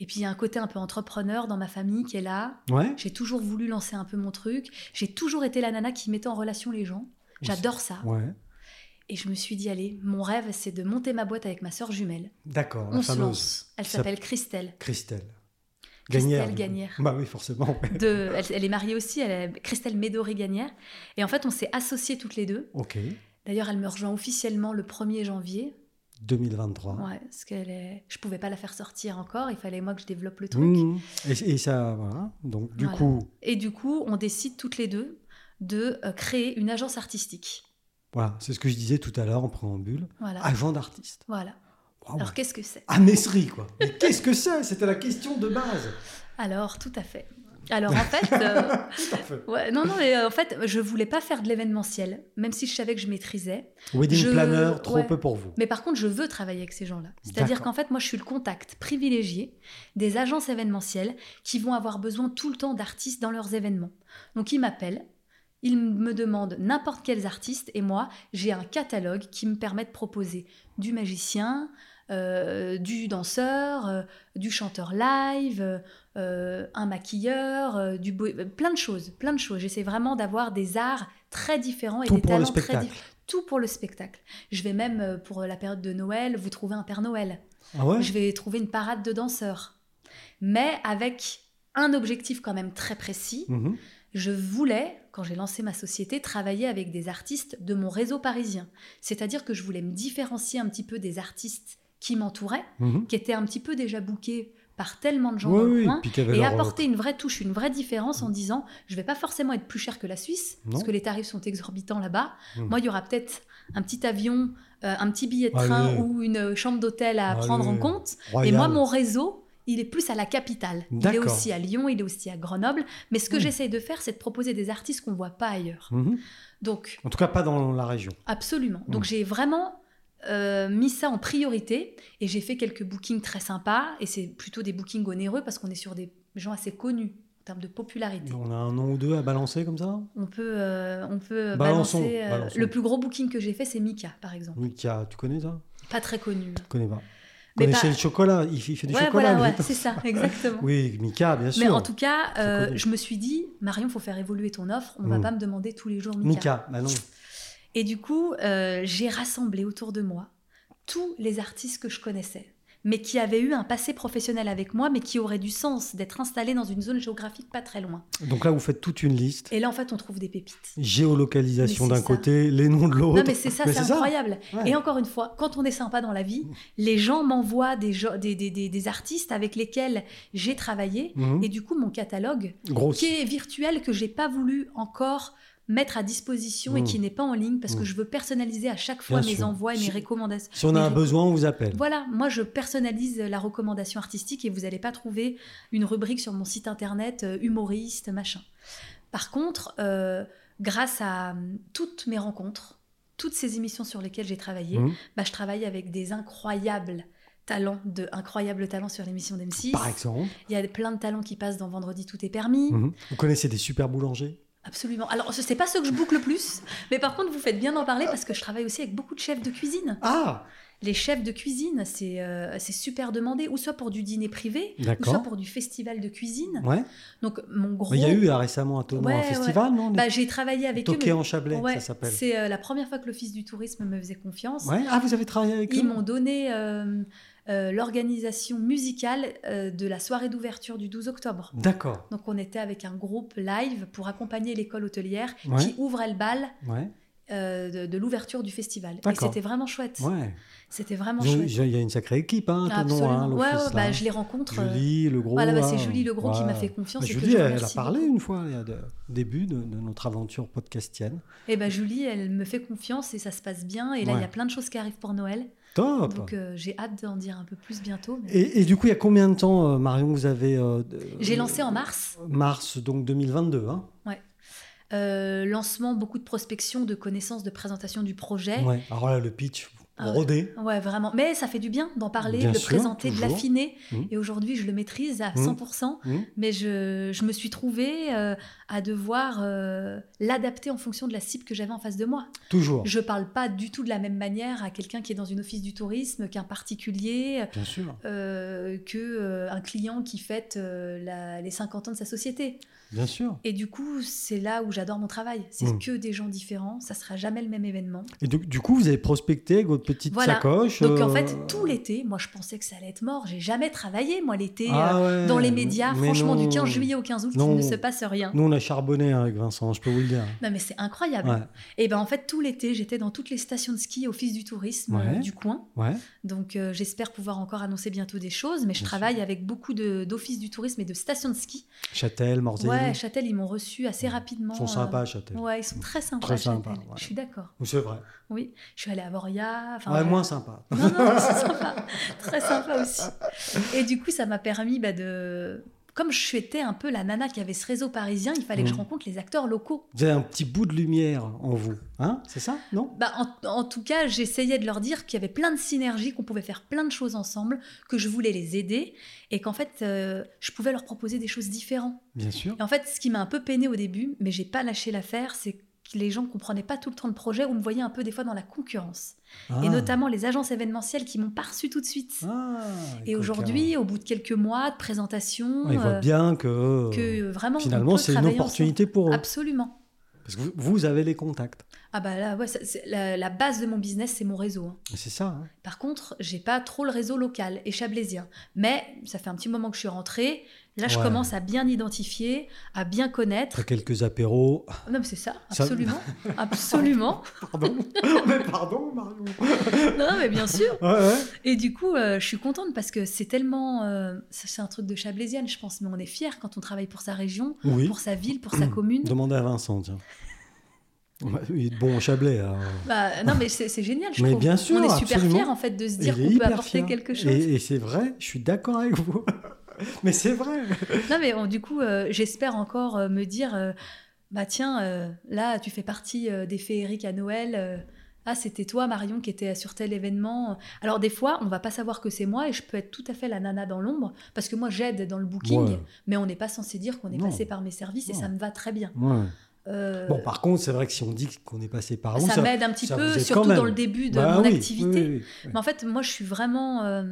B: Et puis il y a un côté un peu entrepreneur dans ma famille qui est là.
A: Hein. Ouais.
B: J'ai toujours voulu lancer un peu mon truc. J'ai toujours été la nana qui mettait en relation les gens. J'adore ça.
A: Ouais.
B: Et je me suis dit allez, mon rêve, c'est de monter ma boîte avec ma sœur jumelle.
A: D'accord.
B: On
A: La
B: se
A: fameuse
B: lance. Elle
A: Ça-
B: s'appelle Christelle.
A: Christelle.
B: Christelle
A: Gagnère. du coup.
B: Gagnère.
A: Bah oui, forcément. ouais.
B: De, elle, elle est mariée aussi, elle est- Christelle Médoré Gagnère. Et en fait, on s'est associées toutes les deux.
A: Ok.
B: D'ailleurs, elle me rejoint officiellement le 1er janvier.
A: 2023.
B: Ouais, parce qu'elle est... je pouvais pas la faire sortir encore, il fallait moi que je développe le truc.
A: Mmh. Et, et ça, voilà. Donc, du
B: Voilà.
A: coup,
B: Et du coup, on décide toutes les deux de euh, créer une agence artistique.
A: voilà. C'est ce que je disais tout à l'heure en préambule.
B: Voilà.
A: Agent d'artiste.
B: Voilà.
A: Waouh.
B: Alors qu'est-ce que c'est
A: À Messery, quoi. Mais qu'est-ce que c'est C'était la question de base.
B: Alors, tout à fait. Alors en fait, euh,
A: Tout à fait.
B: ouais, non non, mais, euh, en fait, je voulais pas faire de l'événementiel, même si je savais que je maîtrisais.
A: Wedding
B: Je-
A: planner, trop
B: ouais.
A: peu pour vous.
B: Mais par contre, je veux travailler avec ces gens-là. C'est-à-dire
A: D'accord.
B: qu'en fait, moi, je suis le contact privilégié des agences événementielles qui vont avoir besoin tout le temps d'artistes dans leurs événements. Donc, ils m'appellent, ils me demandent n'importe quels artistes, et moi, j'ai un catalogue qui me permet de proposer du magicien, euh, du danseur, euh, du chanteur live, euh, euh, un maquilleur, euh, du beau- euh, plein de choses, plein de choses. J'essaie vraiment d'avoir des arts très différents et
A: Tout
B: des
A: pour le
B: talents très
A: spectacle.
B: différents tout pour le spectacle. Je vais même, euh, pour la période de Noël, vous trouver un Père Noël.
A: Ah ouais
B: Je vais trouver une parade de danseurs. Mais avec un objectif quand même très précis.
A: Mhm.
B: Je voulais, quand j'ai lancé ma société, travailler avec des artistes de mon réseau parisien. C'est-à-dire que je voulais me différencier un petit peu des artistes qui m'entouraient,
A: Mhm.
B: qui étaient un petit peu déjà bookés par tellement de gens
A: Oui,
B: dans le
A: oui,
B: coin,
A: puis qu'il y avait
B: et
A: leur-
B: apporter une vraie touche, une vraie différence en disant je vais pas forcément être plus cher que la Suisse,
A: Non.
B: parce que les tarifs sont exorbitants là-bas.
A: Mm.
B: Moi, il y aura peut-être un petit avion, euh, un petit billet de
A: Allez.
B: train ou une chambre d'hôtel à prendre en
A: Allez.
B: compte. Et
A: Royal.
B: moi, mon réseau, il est plus à la capitale. Il est
A: D'accord.
B: aussi à Lyon, il est aussi à Grenoble. Mais ce que
A: Mm.
B: j'essaye de faire, c'est de proposer des artistes qu'on voit pas ailleurs.
A: Mhm.
B: Donc,
A: En tout cas, pas dans la région.
B: absolument. Donc,
A: Mm.
B: j'ai vraiment euh, mis ça en priorité et j'ai fait quelques bookings très sympas. Et c'est plutôt des bookings onéreux parce qu'on est sur des gens assez connus en termes de popularité.
A: On a un nom ou deux à balancer comme ça
B: On peut, euh, on peut
A: Balançons,
B: balancer. euh,
A: balançons.
B: Le plus gros booking que j'ai fait, c'est Mika, par exemple.
A: Oui, qui a- Tu connais ça
B: Pas très connu.
A: Je connais pas.
B: Mais
A: connais
B: pas-
A: chez le chocolat, il fait, il fait du
B: ouais,
A: chocolat.
B: voilà, ouais,
A: lui.
B: c'est ça, exactement.
A: Oui, Mika, bien sûr.
B: Mais en tout cas, euh,
A: connu.
B: je me suis dit, Marion, faut faire évoluer ton offre. On va
A: Mm.
B: pas me demander tous les jours Mika.
A: Mika, bah non.
B: Et du coup, euh, j'ai rassemblé autour de moi tous les artistes que je connaissais, mais qui avaient eu un passé professionnel avec moi, mais qui auraient du sens d'être installés dans une zone géographique pas très loin.
A: Donc là, vous faites toute une liste.
B: Et là, en fait, on trouve des pépites.
A: Géolocalisation
B: Mais c'est
A: d'un
B: ça.
A: côté, les noms de l'autre.
B: Non, mais c'est ça, c'est incroyable.
A: Ouais.
B: Et encore une fois, quand on est sympa dans la vie, les gens m'envoient des, gens- des, des- des- des artistes avec lesquels j'ai travaillé.
A: Mhm.
B: Et du coup, mon catalogue,
A: Grosse.
B: qui est virtuel que j'ai pas voulu encore mettre à disposition et
A: Mm.
B: qui n'est pas en ligne parce que
A: Mm.
B: je veux personnaliser à chaque fois
A: Bien
B: mes
A: sûr.
B: envois et mes
A: Si-
B: recommandations.
A: Si on a
B: Mais
A: un
B: je-
A: besoin, on vous appelle.
B: Voilà, moi je personnalise la recommandation artistique et vous n'allez pas trouver une rubrique sur mon site internet euh, humoriste, machin. Par contre, euh, grâce à hum, toutes mes rencontres, toutes ces émissions sur lesquelles j'ai travaillé,
A: Mhm.
B: bah, je travaille avec des incroyables talents, de incroyables talents sur l'émission d'M6.
A: Par exemple,
B: Il y a plein de talents qui passent dans Vendredi Tout est permis.
A: Mhm. vous connaissez des super boulangers
B: Absolument. Alors, ce n'est pas ceux que je boucle le plus, mais par contre, vous faites bien d'en parler parce que je travaille aussi avec beaucoup de chefs de cuisine.
A: Ah
B: Les chefs de cuisine, c'est euh, c'est super demandé, ou soit pour du dîner privé, ou soit
A: D'accord.
B: pour du festival de cuisine.
A: Ouais.
B: Donc, mon gros.
A: Mais il y a eu là, récemment à Tonon
B: Oh. Ouais,
A: un
B: ouais.
A: festival, non
B: Bah, J'ai travaillé avec
A: Toqué
B: eux.
A: en Chablais,
B: mais- Ouais,
A: ça s'appelle.
B: c'est euh, la première fois que l'Office du tourisme me faisait confiance.
A: Ouais. Ah, vous avez travaillé avec
B: Ils
A: eux
B: m'ont donné euh, euh, l'organisation musicale euh, de la soirée d'ouverture du 12 octobre.
A: D'accord.
B: Donc, on était avec un groupe live pour accompagner l'école hôtelière
A: Ouais.
B: qui ouvrait le bal
A: Ouais.
B: euh, de, de l'ouverture du festival. Et
A: D'accord.
B: c'était vraiment chouette.
A: ouais.
B: C'était vraiment
A: Ils ont-
B: chouette.
A: ils ont- Il y a une sacrée équipe, hein, à Tonon,
B: Absolument.
A: hein,
B: ouais,
A: l'office,
B: ouais, bah,
A: là.
B: je les rencontre. euh,
A: Julie Legros.
B: voilà, bah,
A: là.
B: c'est Julie Legrand qui
A: Ouais.
B: m'a fait confiance.
A: Oh, ah, Bah,
B: et que
A: Julie,
B: je
A: elle, a
B: remercie
A: parlé
B: beaucoup.
A: une fois, là, de- au début de, de notre aventure podcastienne.
B: Et bah, Julie, elle me fait confiance et ça se passe bien. Et là, il y a
A: Ouais.
B: plein de choses qui arrivent pour Noël.
A: Top
B: Donc euh, j'ai hâte d'en dire un peu plus bientôt. mais-
A: et, et du coup, il y a combien de temps, euh, Marion, vous avez... euh, de- euh,
B: J'ai lancé en mars.
A: Mars, donc 2022. Hein.
B: euh, lancement, beaucoup de prospection, de connaissances, de présentation du projet. Ouais.
A: Ouais. Alors là, le pitch,
B: Ah ouais.
A: rodé.
B: vraiment. Mais ça fait du bien d'en parler,
A: Bien
B: de le
A: sûr,
B: présenter,
A: toujours.
B: de l'affiner.
A: Mhm.
B: Et aujourd'hui, je le maîtrise à
A: Mhm.
B: 100%.
A: Hmm
B: mais je, je me suis trouvée euh, à devoir euh, l'adapter en fonction de la cible que j'avais en face de moi.
A: Toujours.
B: Je parle pas du tout de la même manière à quelqu'un qui est dans une office du tourisme qu'un particulier,
A: Bien sûr,
B: euh, que euh, un client qui fête euh, la- les 50 ans de sa société.
A: bien sûr.
B: Et du coup, c'est là où j'adore mon travail. C'est
A: Mm.
B: que des gens différents, ça sera jamais le même événement.
A: Et du, du coup, vous avez prospecté avec votre petite
B: Voilà.
A: sacoche.
B: Donc en
A: euh,
B: fait, tout l'été, moi je pensais que ça allait être mort. J'ai jamais travaillé moi l'été. euh,
A: Ah ouais,
B: dans les médias,
A: mais
B: franchement, du
A: non.
B: 15 juillet au 15 août,
A: Non.
B: il ne se passe rien.
A: Nous, on a charbonné hein, avec Vincent, je peux vous le dire.
B: Non, mais c'est incroyable.
A: Ouais,
B: Et ben en fait tout l'été j'étais dans toutes les stations de ski office du tourisme
A: Ouais.
B: euh, du coin.
A: ouais.
B: Donc euh, j'espère pouvoir encore annoncer bientôt des choses, mais je
A: Bien
B: travaille avec beaucoup de- d'offices du tourisme et de stations de ski.
A: Châtel, Morzay.
B: Ouais, Châtel ils m'ont reçu assez rapidement.
A: ils sont
B: euh,
A: sympas, Châtel.
B: Ouais, ils sont très sympas.
A: Très
B: Châtel.
A: sympas, ouais.
B: Je suis d'accord.
A: Ou C'est vrai.
B: Oui, je suis allée à Voria. enfin,
A: ouais,
B: euh,
A: moins sympa.
B: Non, non, non, c'est sympa. très sympa aussi. Et du coup ça m'a permis bah, de comme je étais un peu la nana qui avait ce réseau parisien, il fallait que je
A: Mm.
B: rencontre les acteurs locaux.
A: Vous avez un petit bout de lumière en vous. Hein C'est ça Non
B: Bah, en, en tout cas, j'essayais de leur dire qu'il y avait plein de synergies, qu'on pouvait faire plein de choses ensemble, que je voulais les aider et qu'en fait, euh, je pouvais leur proposer des choses différentes.
A: Bien sûr.
B: Et en fait, ce qui m'a un peu peiné au début, mais j'ai pas lâché l'affaire, c'est que les gens ne comprenaient pas tout le temps le projet ou me voyaient un peu des fois dans la concurrence.
A: Ah.
B: Et notamment les agences événementielles qui m'ont pas reçu tout de suite.
A: Ah,
B: et
A: coquins.
B: aujourd'hui, au bout de quelques mois de présentation,
A: Ouais, Ah, ils voient
B: euh,
A: bien que,
B: que euh, vraiment, on
A: finalement,
B: peut
A: c'est une
B: travailler
A: opportunité pour
B: ensemble.
A: eux.
B: Absolument.
A: Parce que vous, vous avez les contacts.
B: Ah bah là, ouais, ça- c'est- la, la base de mon business, c'est mon réseau. hein.
A: C'est ça. hein.
B: Par contre, j'ai pas trop le réseau local et chablaisien. Mais ça fait un petit moment que je suis rentrée. Là, je
A: Ouais.
B: commence à bien identifier, à bien connaître.
A: Après quelques apéros.
B: Non, mais c'est ça,
A: Ça-
B: absolument. Absolument.
A: Pardon Mais pardon, Marion
B: Non, mais bien sûr.
A: Ouais, ouais.
B: Et du coup, euh, je suis contente parce que c'est tellement. euh, ça, c'est un truc de chablaisienne, je pense, mais on est fier quand on travaille pour sa région,
A: Oui.
B: pour sa ville, pour sa commune.
A: Demandez à Vincent, tiens. Ouais, Il est bon au Chablais. hein. alors.
B: Bah, non, mais c'est c'est génial, je
A: Mais
B: trouve.
A: bien sûr,
B: on est super
A: absolument.
B: fiers, en fait, de se dire
A: Il est
B: qu'on peut
A: hyper
B: apporter
A: fier.
B: quelque chose.
A: Et, et c'est vrai, je suis d'accord avec vous. Mais c'est vrai.
B: Non, mais bon, du coup, euh, j'espère encore euh, me dire euh, bah tiens, euh, là, tu fais partie euh, des féeriques à Noël. euh, ah, c'était toi, Marion, qui était sur tel événement. Alors, des fois, on va pas savoir que c'est moi et je peux être tout à fait la nana dans l'ombre parce que moi, j'aide dans le booking,
A: Ouais,
B: mais on n'est pas censé dire qu'on est
A: Non.
B: passé par mes services et
A: Non.
B: ça me va très bien.
A: ouais.
B: Euh,
A: Bon, par contre, c'est vrai que si on dit qu'on est passé par où,
B: ça m'aide un petit
A: ça vous
B: peu,
A: aide
B: surtout
A: quand même.
B: dans le début de
A: Bah
B: mon
A: oui,
B: activité.
A: oui, oui, oui.
B: Mais en fait, moi, je suis vraiment. euh,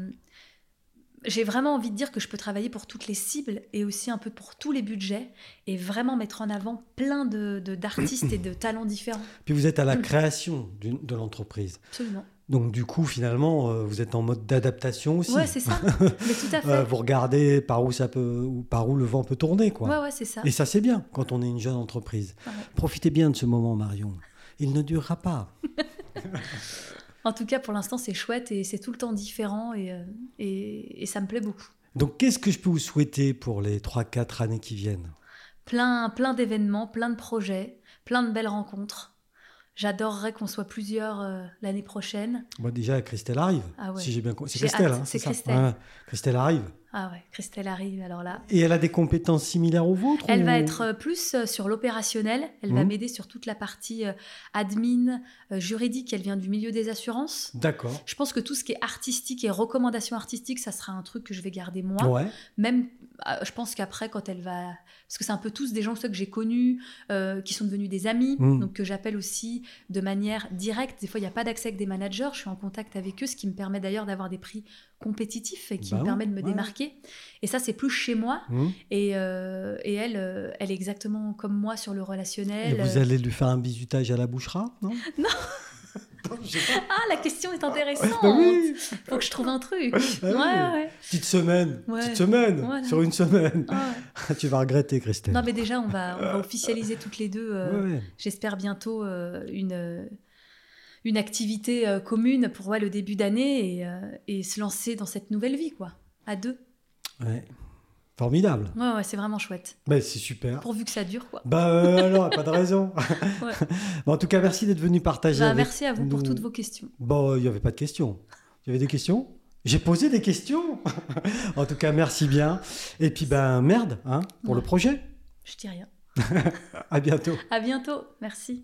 B: J'ai vraiment envie de dire que je peux travailler pour toutes les cibles et aussi un peu pour tous les budgets et vraiment mettre en avant plein de de- d'artistes et de talents différents.
A: Puis vous êtes à la
B: Hmm.
A: création d'une- de l'entreprise.
B: Absolument.
A: Donc du coup, finalement, euh, vous êtes en mode d'adaptation aussi.
B: Ouais, c'est ça. Mais tout à fait.
A: Euh, vous regardez par où ça peut, ou par où le vent peut tourner, quoi.
B: ouais, ouais, c'est ça.
A: Et ça, c'est bien quand on est une jeune entreprise.
B: Ouais.
A: Profitez bien de ce moment, Marion. Il ne durera pas.
B: En tout cas, pour l'instant, c'est chouette et c'est tout le temps différent et, euh, et, et ça me plaît beaucoup.
A: Donc, qu'est-ce que je peux vous souhaiter pour les 3-4 années qui viennent
B: Plein, plein d'événements, plein de projets, plein de belles rencontres. J'adorerais qu'on soit plusieurs euh, l'année prochaine.
A: Moi, déjà, Christelle arrive.
B: Ah ouais.
A: Si j'ai bien compris. C'est
B: J'ai
A: Christelle,
B: hâte,
A: hein,
B: c'est
A: ça
B: Christelle.
A: Ouais. Christelle arrive.
B: Ah ouais, Christelle arrive alors là.
A: Et elle a des compétences similaires aux vôtres
B: Elle
A: ou-
B: va être euh, plus euh, sur l'opérationnel. Elle va
A: Mhm.
B: m'aider sur toute la partie euh, admin, euh, juridique. Elle vient du milieu des assurances.
A: D'accord.
B: Je pense que tout ce qui est artistique et recommandations artistiques, ça sera un truc que je vais garder moi.
A: Ouais.
B: Même, euh, je pense qu'après, quand elle va. Parce que c'est un peu tous des gens ceux que j'ai connus, euh, qui sont devenus des amis,
A: Mhm.
B: donc que j'appelle aussi de manière directe. Des fois, il n'y a pas d'accès avec des managers. Je suis en contact avec eux, ce qui me permet d'ailleurs d'avoir des prix compétitifs et qui
A: Bah
B: me
A: oui,
B: permet de me
A: ouais.
B: démarquer. Et ça, c'est plus chez moi.
A: Hmm.
B: Et, euh, et elle, euh, elle est exactement comme moi sur le relationnel.
A: Et vous allez lui faire un bisutage à la bouchera, non
B: Non.
A: Non, je sais pas.
B: Ah, la question est intéressante.
A: Bah oui.
B: Faut que je trouve un truc.
A: Ah
B: ouais,
A: oui.
B: ouais.
A: Petite semaine,
B: Ouais.
A: petite semaine,
B: Voilà.
A: sur une semaine.
B: Ah ouais.
A: tu vas regretter, Christelle.
B: Non, mais déjà, on va, on va officialiser toutes les deux. euh,
A: Ouais, ouais.
B: J'espère bientôt euh, une. euh, une activité euh, commune pour ouais, le début d'année et, euh, et se lancer dans cette nouvelle vie, quoi. À deux.
A: Ouais. Formidable.
B: Ouais, ouais, c'est vraiment chouette.
A: Bah, c'est super.
B: Pourvu que ça dure, quoi.
A: Bah euh, alors, pas de raison.
B: Ouais.
A: Bon, en tout cas, merci d'être venu partager.
B: Bah,
A: avec
B: merci à vous pour
A: nous.
B: toutes vos questions.
A: Bon, il n'y avait pas de questions. Il y avait des questions J'ai posé des questions. en tout cas, merci bien. Et puis, ben, merde, hein, pour le
B: Ouais.
A: projet.
B: Je dis rien.
A: À bientôt.
B: À bientôt. Merci.